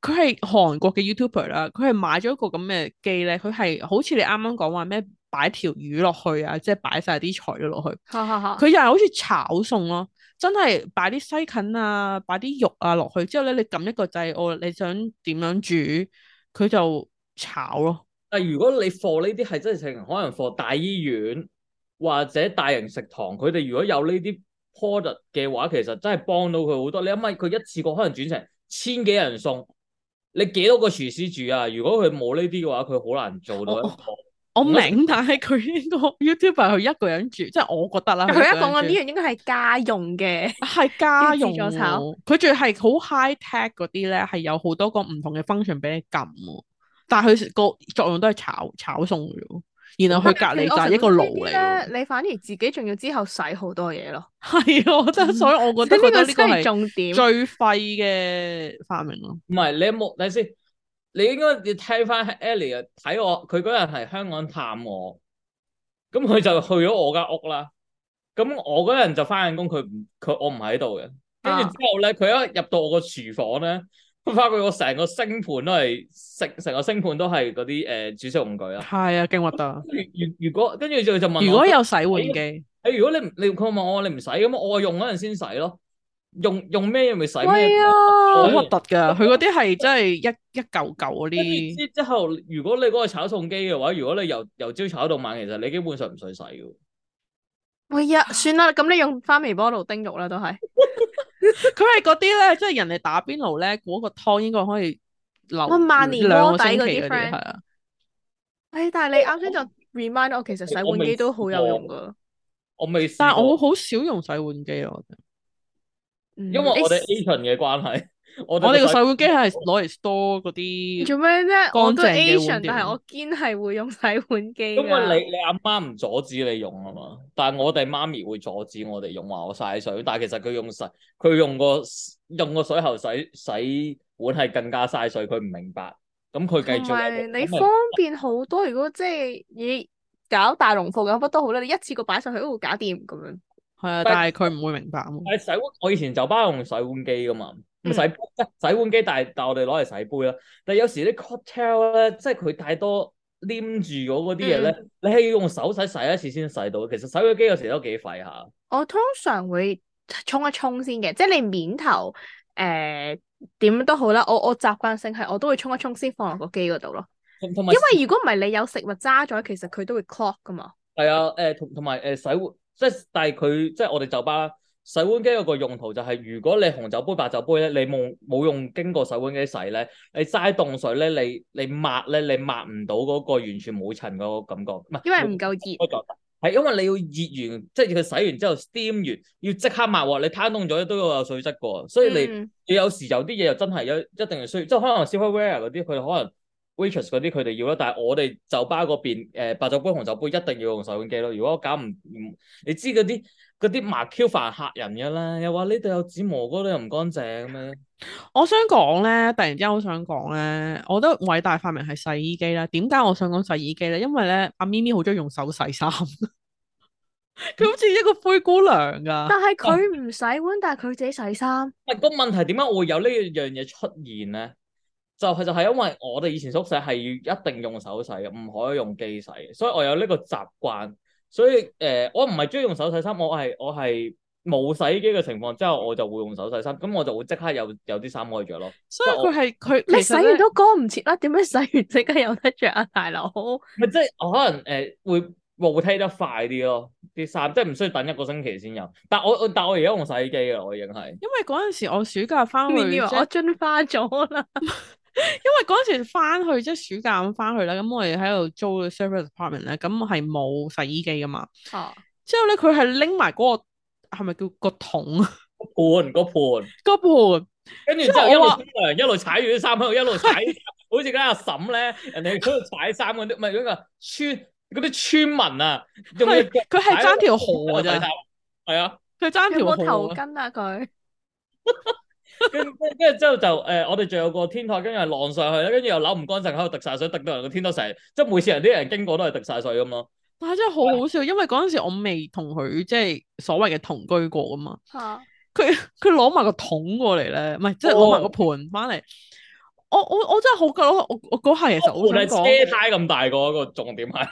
Speaker 2: 佢係韓國嘅 YouTuber 啦，佢係買咗一個咁嘅機咧，佢係好似你啱啱講話咩擺條魚落去啊，即係擺晒啲材料落去。
Speaker 1: 嚇嚇嚇，
Speaker 2: 佢又係好似炒餸咯，真係擺啲西芹啊，擺啲肉啊落去之後咧，你撳一個掣，我你想點樣煮，佢就炒咯。
Speaker 3: 但係如果你貨呢啲係真係成可能貨大醫院或者大型食堂，佢哋如果有呢啲 product 嘅話，其實真係幫到佢好多。你諗下，佢一次過可能轉成千幾人送，你幾多個廚師住啊？如果佢冇呢啲嘅話，佢好難做到一個
Speaker 2: 哦我明，但係佢呢個 YouTuber 佢一個人住，即係我覺得啦。
Speaker 1: 佢而家
Speaker 2: 一個人
Speaker 1: 講啊緊呢
Speaker 2: 住
Speaker 1: 樣應該係家用嘅，
Speaker 2: 係家用
Speaker 1: 叫自助炒
Speaker 2: 喎，佢仲係好 high tech 嗰啲咧，係有好多個唔同嘅 function 俾你撳喎，但係佢個作用都係炒炒餸嘅喎，然後佢隔離就係一個爐嚟
Speaker 1: 咧，
Speaker 2: 喎，
Speaker 1: 你反而自己仲要之後洗好多嘢咯。
Speaker 2: 係啊，我真係所以我覺得
Speaker 1: 嗯即係呢
Speaker 2: 覺得
Speaker 1: 個
Speaker 2: 呢個
Speaker 1: 先係
Speaker 2: 係
Speaker 1: 重點。
Speaker 2: 最廢嘅發明咯。
Speaker 3: 唔係你有冇？睇先，你應該要聽翻 Ellie 睇我，佢嗰日係香港探我，咁佢就去咗我間屋啦。咁我嗰陣就翻緊工，佢唔佢我唔喺度嘅。跟
Speaker 1: 啊
Speaker 3: 住之後咧，佢一入到我個廚房咧，佢發覺我成個星盤都係成成個星盤都係嗰啲誒煮食用具啦。
Speaker 2: 係啊，勁核突！
Speaker 3: 跟住如如果跟住就就問我
Speaker 2: 如果有洗碗機，
Speaker 3: 誒如果你唔你佢問我你唔使咁，我用嗰陣先洗咯。用用咩咪洗咩
Speaker 1: 喂。啊！
Speaker 2: 好
Speaker 3: 我
Speaker 2: 核突㗎，佢嗰啲係真係一一嚿嚿嗰
Speaker 3: 跟住
Speaker 2: 啲，
Speaker 3: 之之後，如果你嗰個炒餸機嘅話，如果你由由朝炒到晚，其實你基本上唔使洗嘅。
Speaker 1: 喂呀，算啦，咁你用翻微波爐叮肉啦，都係。
Speaker 2: 佢係嗰啲咧，即係人哋打邊爐咧，嗰個湯應該可以留
Speaker 1: 哇萬年
Speaker 2: 兩
Speaker 1: 鍋
Speaker 2: 個
Speaker 1: 底
Speaker 2: 星
Speaker 1: 嗰
Speaker 2: 期
Speaker 1: 啲
Speaker 2: 嗰啲
Speaker 1: friend
Speaker 2: 係啊。
Speaker 1: 誒，哎但係你啱先就 remind 我，其實洗
Speaker 3: 我
Speaker 1: 碗
Speaker 3: 未
Speaker 1: 機都好有用噶。
Speaker 3: 我未試過，
Speaker 2: 但係我好少用洗碗機啊咯，
Speaker 1: 因嗯
Speaker 3: 因為
Speaker 1: 哎
Speaker 3: 我哋 Asian 嘅關係， 我
Speaker 2: 我哋個洗
Speaker 3: 個
Speaker 2: 碗機啊係攞嚟 store 嗰啲，
Speaker 1: 做咩啫？
Speaker 2: 乾
Speaker 1: 我都
Speaker 2: 淨嘅碗
Speaker 1: Asian，但
Speaker 2: 碟
Speaker 1: 係我堅係會用洗碗機
Speaker 3: 因
Speaker 1: 㗎
Speaker 3: 為你你阿媽唔阻止你用啊嘛，但係我哋媽咪會阻止我哋用，話我嘥水。但係其實佢用洗，佢用個用個水喉洗洗碗係更加嘥水，佢唔明白。咁佢
Speaker 2: 啊
Speaker 3: 繼
Speaker 1: 同埋
Speaker 3: 續
Speaker 1: 你
Speaker 3: 咁咪
Speaker 1: 方便好多。如果即係你搞大龍鳳有乜都好啦，你一次過擺上去都哦會搞掂咁樣。
Speaker 2: 係啊，
Speaker 3: 但
Speaker 2: 但係
Speaker 3: 係
Speaker 2: 佢唔會明白啊嘛。
Speaker 3: 但係洗碗，我以前酒吧用洗碗機噶嘛，唔
Speaker 1: 嗯
Speaker 3: 洗杯即係洗碗機，但係但係我哋攞嚟洗杯啦。但係有時啲 cocktail 咧，即係佢太多黏住咗嗰啲嘢咧，
Speaker 1: 嗯
Speaker 3: 你係要用手洗洗一次先洗到。其實洗碗機有時都幾廢下。
Speaker 1: 我通常會沖一沖先嘅，即係你面頭誒點都好啦。我我習慣性係我都會沖一沖先放落個機嗰度咯。
Speaker 3: 同同埋
Speaker 1: 因為如果唔係你有食物渣咗，其實佢都會 clog 噶嘛。
Speaker 3: 係啊，誒同同埋誒洗碗，即係但係佢即係我哋酒吧啦洗碗機有個用途就係、如果你紅酒杯、白酒杯咧，你冇冇用經過洗碗機洗咧，你齋凍水咧，你你抹咧，你抹唔到嗰個完全冇塵嗰個感覺，唔係
Speaker 1: 因為唔夠熱，
Speaker 3: 嗰個係因為你要熱完，即係佢洗完之後 steam 完，要即刻抹喎。你攤凍咗都要有水質㗎，所以你、
Speaker 1: 嗯
Speaker 3: 你有時有啲嘢又真係有一定係需要，即係可能 silverware 嗰啲，佢可能 waitress 嗰啲佢哋要啦，但係我哋酒吧嗰邊、呃、白酒杯、紅酒杯一定要用洗碗機咯。如果搞唔唔，你知嗰啲嗰啲麻 Q 煩客人嘅啦，又話呢度有紙毛，嗰度又唔乾淨咁樣。
Speaker 2: 我想講咧，突然之間好想講咧，我覺得偉大發明係洗衣機啦。點解我想講洗衣機咧？因為咧，阿咪咪好中意用手洗 衫，佢好似一個灰姑娘
Speaker 3: 啊
Speaker 2: 㗎。
Speaker 1: 但係佢唔洗碗，但係佢自己洗衫。
Speaker 3: 但個問題點解我會有呢樣嘢出現咧？就係就係因為我哋以前宿舍係要一定用手洗嘅，唔可以用機洗嘅，所以我有呢個習慣。所以誒、呃我唔係中意用手洗衫，我係我係冇洗機嘅情況之下，我就會用手洗衫，咁我就會即刻有有啲衫可以着咯。
Speaker 2: 所以佢係佢
Speaker 1: 你
Speaker 2: 其
Speaker 1: 洗
Speaker 2: 實
Speaker 1: 完
Speaker 2: 咧
Speaker 1: 都乾唔切啦，點樣洗完即刻有得着啊，大佬？
Speaker 3: 咪即係我可能誒、呃、會 rotate 得快啲咯，啲衫即係唔需要等一個星期先有。但我我但我而家用洗衣機嘅，我已經係
Speaker 2: 因為嗰陣時我暑假翻去
Speaker 1: 你以為
Speaker 2: 即係
Speaker 1: 我進化咗 啦？
Speaker 2: 因為嗰陣時翻去即係暑假咁翻去啦，咁我哋喺度租嘅 service apartment 咧，咁係冇洗衣機噶嘛。
Speaker 3: 啊
Speaker 1: 哦，
Speaker 2: 之後咧，佢係拎埋嗰個係咪叫個桶 啊
Speaker 3: 盤個盤。
Speaker 2: 個盤，
Speaker 3: 跟住之後一路沖涼，一路踩住啲衫喺度，一路踩， 好似嗰啲阿嬸咧，人 哋喺度踩衫嗰啲，唔係嗰個村嗰啲村民啊，用
Speaker 2: 係
Speaker 3: 隻腳
Speaker 2: 佢係
Speaker 3: 踩喺
Speaker 2: 爭
Speaker 3: 度
Speaker 2: 條河㗎
Speaker 3: 踩
Speaker 2: 咋
Speaker 3: 衫，係啊，
Speaker 2: 佢爭
Speaker 1: 有
Speaker 2: 條
Speaker 1: 冇
Speaker 2: 河
Speaker 1: 頭
Speaker 2: 啊。
Speaker 1: 巾啊 佢？
Speaker 3: 跟跟跟住之後就誒、呃我哋仲有個天台，跟住係晾上去咧，跟住又扭唔乾淨，喺度滴晒水，滴到人個天台成，即係每次人啲人經過都係滴晒水咁咯。
Speaker 2: 但係真係好好笑，因為嗰陣時我未同佢即係所謂嘅同居過噶嘛。
Speaker 1: 嚇！
Speaker 2: 佢佢攞埋個桶過嚟咧，唔係即係攞埋個盤翻嚟。我我我真係好覺得我我嗰下其實我
Speaker 3: 我
Speaker 2: 想
Speaker 3: 係
Speaker 2: 講，
Speaker 3: 車胎咁大個個重點係，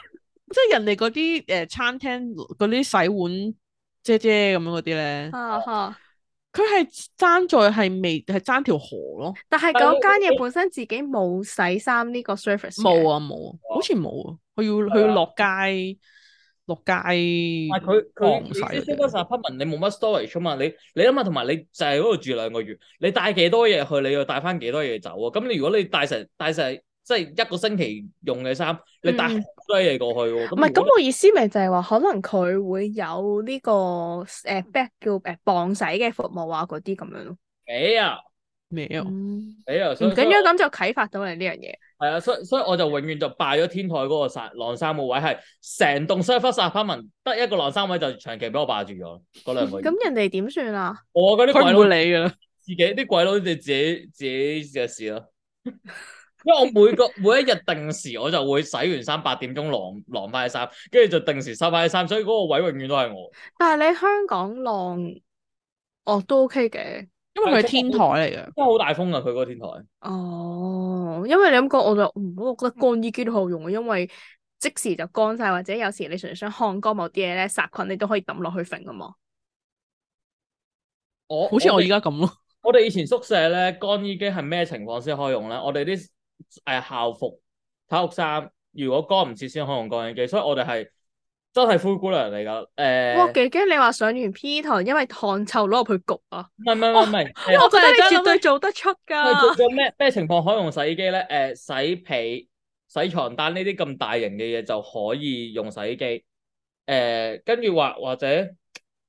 Speaker 2: 即係人哋嗰啲誒餐廳嗰啲洗碗姐姐咁樣嗰啲咧，
Speaker 1: 嚇嚇！
Speaker 2: 佢係爭在係未係爭條河咯，
Speaker 1: 但係
Speaker 3: 但係
Speaker 1: 嗰
Speaker 3: 你
Speaker 1: 間嘢本身自己冇洗衫呢個 service 嘅
Speaker 2: 哦啊冇啊冇啊，好似冇啊，佢要佢要落街落街
Speaker 3: 但係佢佢
Speaker 2: 昂
Speaker 3: 你
Speaker 2: 晒
Speaker 3: 啲
Speaker 2: 嘅
Speaker 3: super s u p e r m a n 你冇乜 storage 啊嘛，你你諗下，同埋你就係嗰度住兩個月，你帶幾多嘢去，你要帶翻幾多嘢走啊？咁你如果你帶成帶成即係一個星期用嘅衫，你帶好
Speaker 1: 嗯
Speaker 3: 多嘢過去喎。
Speaker 1: 唔係，咁
Speaker 3: 如果
Speaker 1: 我意思咪就係話，可能佢會有呢、個誒 back 叫誒磅洗嘅服務啊，嗰啲咁樣咯。
Speaker 3: 你俾啊
Speaker 2: 咩啊？
Speaker 1: 嗯，
Speaker 3: 俾啊，
Speaker 1: 唔
Speaker 3: 所以
Speaker 1: 緊
Speaker 3: 所以
Speaker 1: 要，咁就啟發到你呢樣嘢。
Speaker 3: 係啊，所以所以我就永遠就霸咗天台嗰個曬晾衫個位，係成棟 surface apartment 得一個晾衫位就長期俾我霸住咗嗰兩個月。
Speaker 1: 咁人哋點算啊？
Speaker 3: 我嗰啲鬼
Speaker 2: 佢唔
Speaker 3: 佬
Speaker 2: 會理噶啦。
Speaker 3: 自己啲鬼佬就自己自己嘅事咯。因為我每個 每一日定時我就會洗完衫八點鐘晾晾翻啲衫，跟住就定時收翻啲衫，所以嗰個位永遠都係我。
Speaker 1: 但係你香港浪，哦都 OK 嘅。
Speaker 2: 因為佢係天台嚟嘅，
Speaker 3: 真係好大風啊！佢嗰個天台，
Speaker 1: 哦，因為你咁講，我就唔我覺得乾衣機都好用啊，因為即時就乾晒，或者有時你純粹想烘乾某啲嘢咧，殺菌你都可以抌落去揈噶嘛。
Speaker 3: 我
Speaker 2: 好似我
Speaker 3: 我
Speaker 2: 而
Speaker 3: 哋
Speaker 2: 家咁咯。
Speaker 3: 我哋以前宿舍咧，乾衣機係咩情況先可以用咧？我哋啲誒校服、體育衫，如果乾唔切先可以用乾衣機，所以我哋係真係灰姑娘嚟㗎。呃誒、
Speaker 1: 哇，幾驚你話上完 P 堂，因為汗臭攞入去焗啊！
Speaker 3: 唔係唔係唔係，啊誒
Speaker 1: 我覺得你
Speaker 2: 真係
Speaker 1: 絕對
Speaker 2: 諗
Speaker 1: 做得出
Speaker 3: 係
Speaker 1: 㗎
Speaker 3: 做。咗咩咩情況可以用洗衣機咧？誒、洗被、洗床單呢啲咁大型嘅嘢就可以用洗衣機。誒、跟住或或者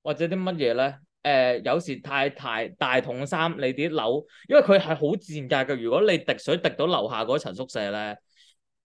Speaker 3: 或者啲乜嘢咧？誒、有時太太大桶衫，你啲樓，因為佢係好賤格嘅。如果你滴水滴到樓下嗰層宿舍咧，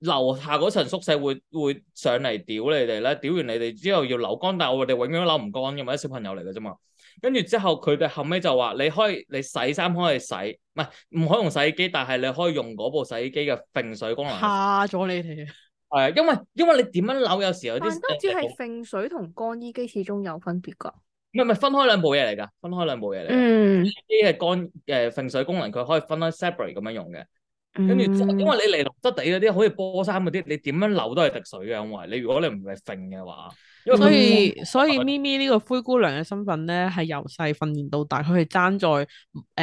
Speaker 3: 樓下嗰層宿舍會會上嚟屌你哋咧，屌完你哋之後要扭乾，但係我哋永遠都扭唔乾嘅嘛，啲小朋友嚟嘅啫嘛。跟住之後，佢哋後尾就話你可以你洗衫可以洗，唔係唔可以用洗衣機，但係你可以用嗰部洗衣機嘅揈水
Speaker 2: 哦
Speaker 3: 功能。係
Speaker 2: 怕咗你哋，
Speaker 3: 啊，因為因為你點樣扭，有時有啲
Speaker 1: 但都只
Speaker 3: 誒
Speaker 1: 係揈水同乾衣機始終有分別㗎。
Speaker 3: 唔係唔係啊分開兩部嘢嚟㗎，分開兩部嘢嚟㗎。
Speaker 1: 嗯，
Speaker 3: 啲係乾誒揈水功能，佢可以分開 separate 咁樣用嘅。跟
Speaker 1: 跟
Speaker 3: 住之後，因為你尼龍質地嗰啲，好似波衫嗰啲，你點樣扭都係滴水嘅，因為你如果你唔係揈嘅話，因為佢
Speaker 2: 所以所以咪咪呢個灰姑娘嘅身份咧，係由細訓練到大，佢係爭 在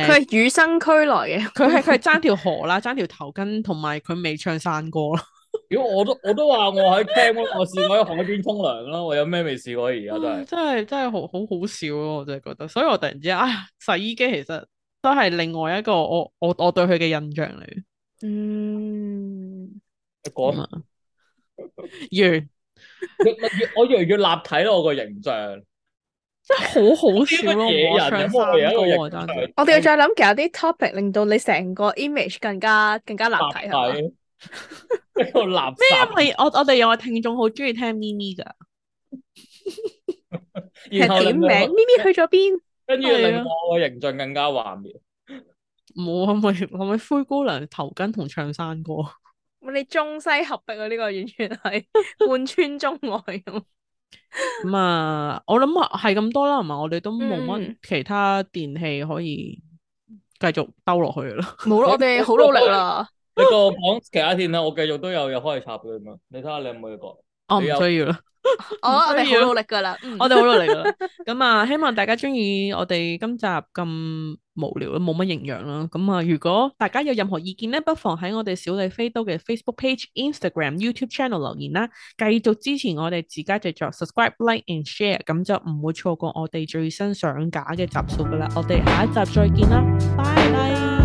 Speaker 2: 誒，
Speaker 1: 佢係與生俱來嘅，
Speaker 2: 佢係佢係爭條河啦，爭條頭巾，同埋佢未唱散歌啦。
Speaker 3: 如果我都我都話我喺 camp，我試過喺海邊沖涼咯，我有咩未試過而家真係
Speaker 2: 唉。真係真係好好好笑咯，我真係覺得，所以我突然之間，哎呀，洗衣機其實都係另外一個我我我對佢嘅印象嚟。
Speaker 1: 嗯，
Speaker 3: 講
Speaker 2: 咁啊完，
Speaker 3: 越 越我越嚟越立體咯，我個形象。
Speaker 2: 真係好好笑咯！
Speaker 3: 野
Speaker 2: 我
Speaker 3: 人
Speaker 2: 唱
Speaker 3: 咁我有一
Speaker 2: 山歌
Speaker 3: 個
Speaker 2: 啊，真
Speaker 3: 形
Speaker 2: 係
Speaker 3: 象。
Speaker 1: 我哋要再諗其他啲 topic，令到你成個 image 更加更加立體係嘛？ 啊
Speaker 3: 立體，一個垃
Speaker 2: 因
Speaker 3: 圾。
Speaker 2: 為我我哋有個聽眾好中意聽咪咪㗎，
Speaker 1: 其實
Speaker 3: 然後
Speaker 1: 點
Speaker 3: 令
Speaker 1: 名，咪
Speaker 3: 我
Speaker 1: 咪去咗邊？
Speaker 3: 跟住
Speaker 2: 係
Speaker 3: 令
Speaker 2: 啊
Speaker 3: 我個形象更加幻滅。
Speaker 2: 冇可唔可以可唔可以灰姑娘頭巾同唱山歌？
Speaker 1: 你中西合璧啊！呢個完全係 貫穿中外咁。
Speaker 2: 咁啊，我諗啊係咁多啦，係嘛？我哋都冇乜
Speaker 1: 嗯
Speaker 2: 其他電器可以繼續兜落去㗎啦。
Speaker 1: 冇啦，我哋好努力啦。
Speaker 3: 你個講其他天啦，我繼續都有嘢可以插佢咁啊！你睇下你有冇嘢講？
Speaker 2: 我唔
Speaker 3: 你有
Speaker 2: 需要啦。
Speaker 1: 我哦我
Speaker 2: 需
Speaker 1: 哋
Speaker 2: 要
Speaker 1: 好努力噶啦。嗯
Speaker 2: 我哋好努力噶啦。咁啊，希望大家中意我哋今集咁無聊啦，冇乜營養啦。咁啊，如果大家有任何意見咧，不妨喺我哋小李飛刀嘅 Facebook page、Instagram、YouTube channel 留言啦。繼續支持我哋自家製作，subscribe、like and share，咁就唔會錯過我哋最新上架嘅集數噶啦。我哋下一集再見啦，拜拜。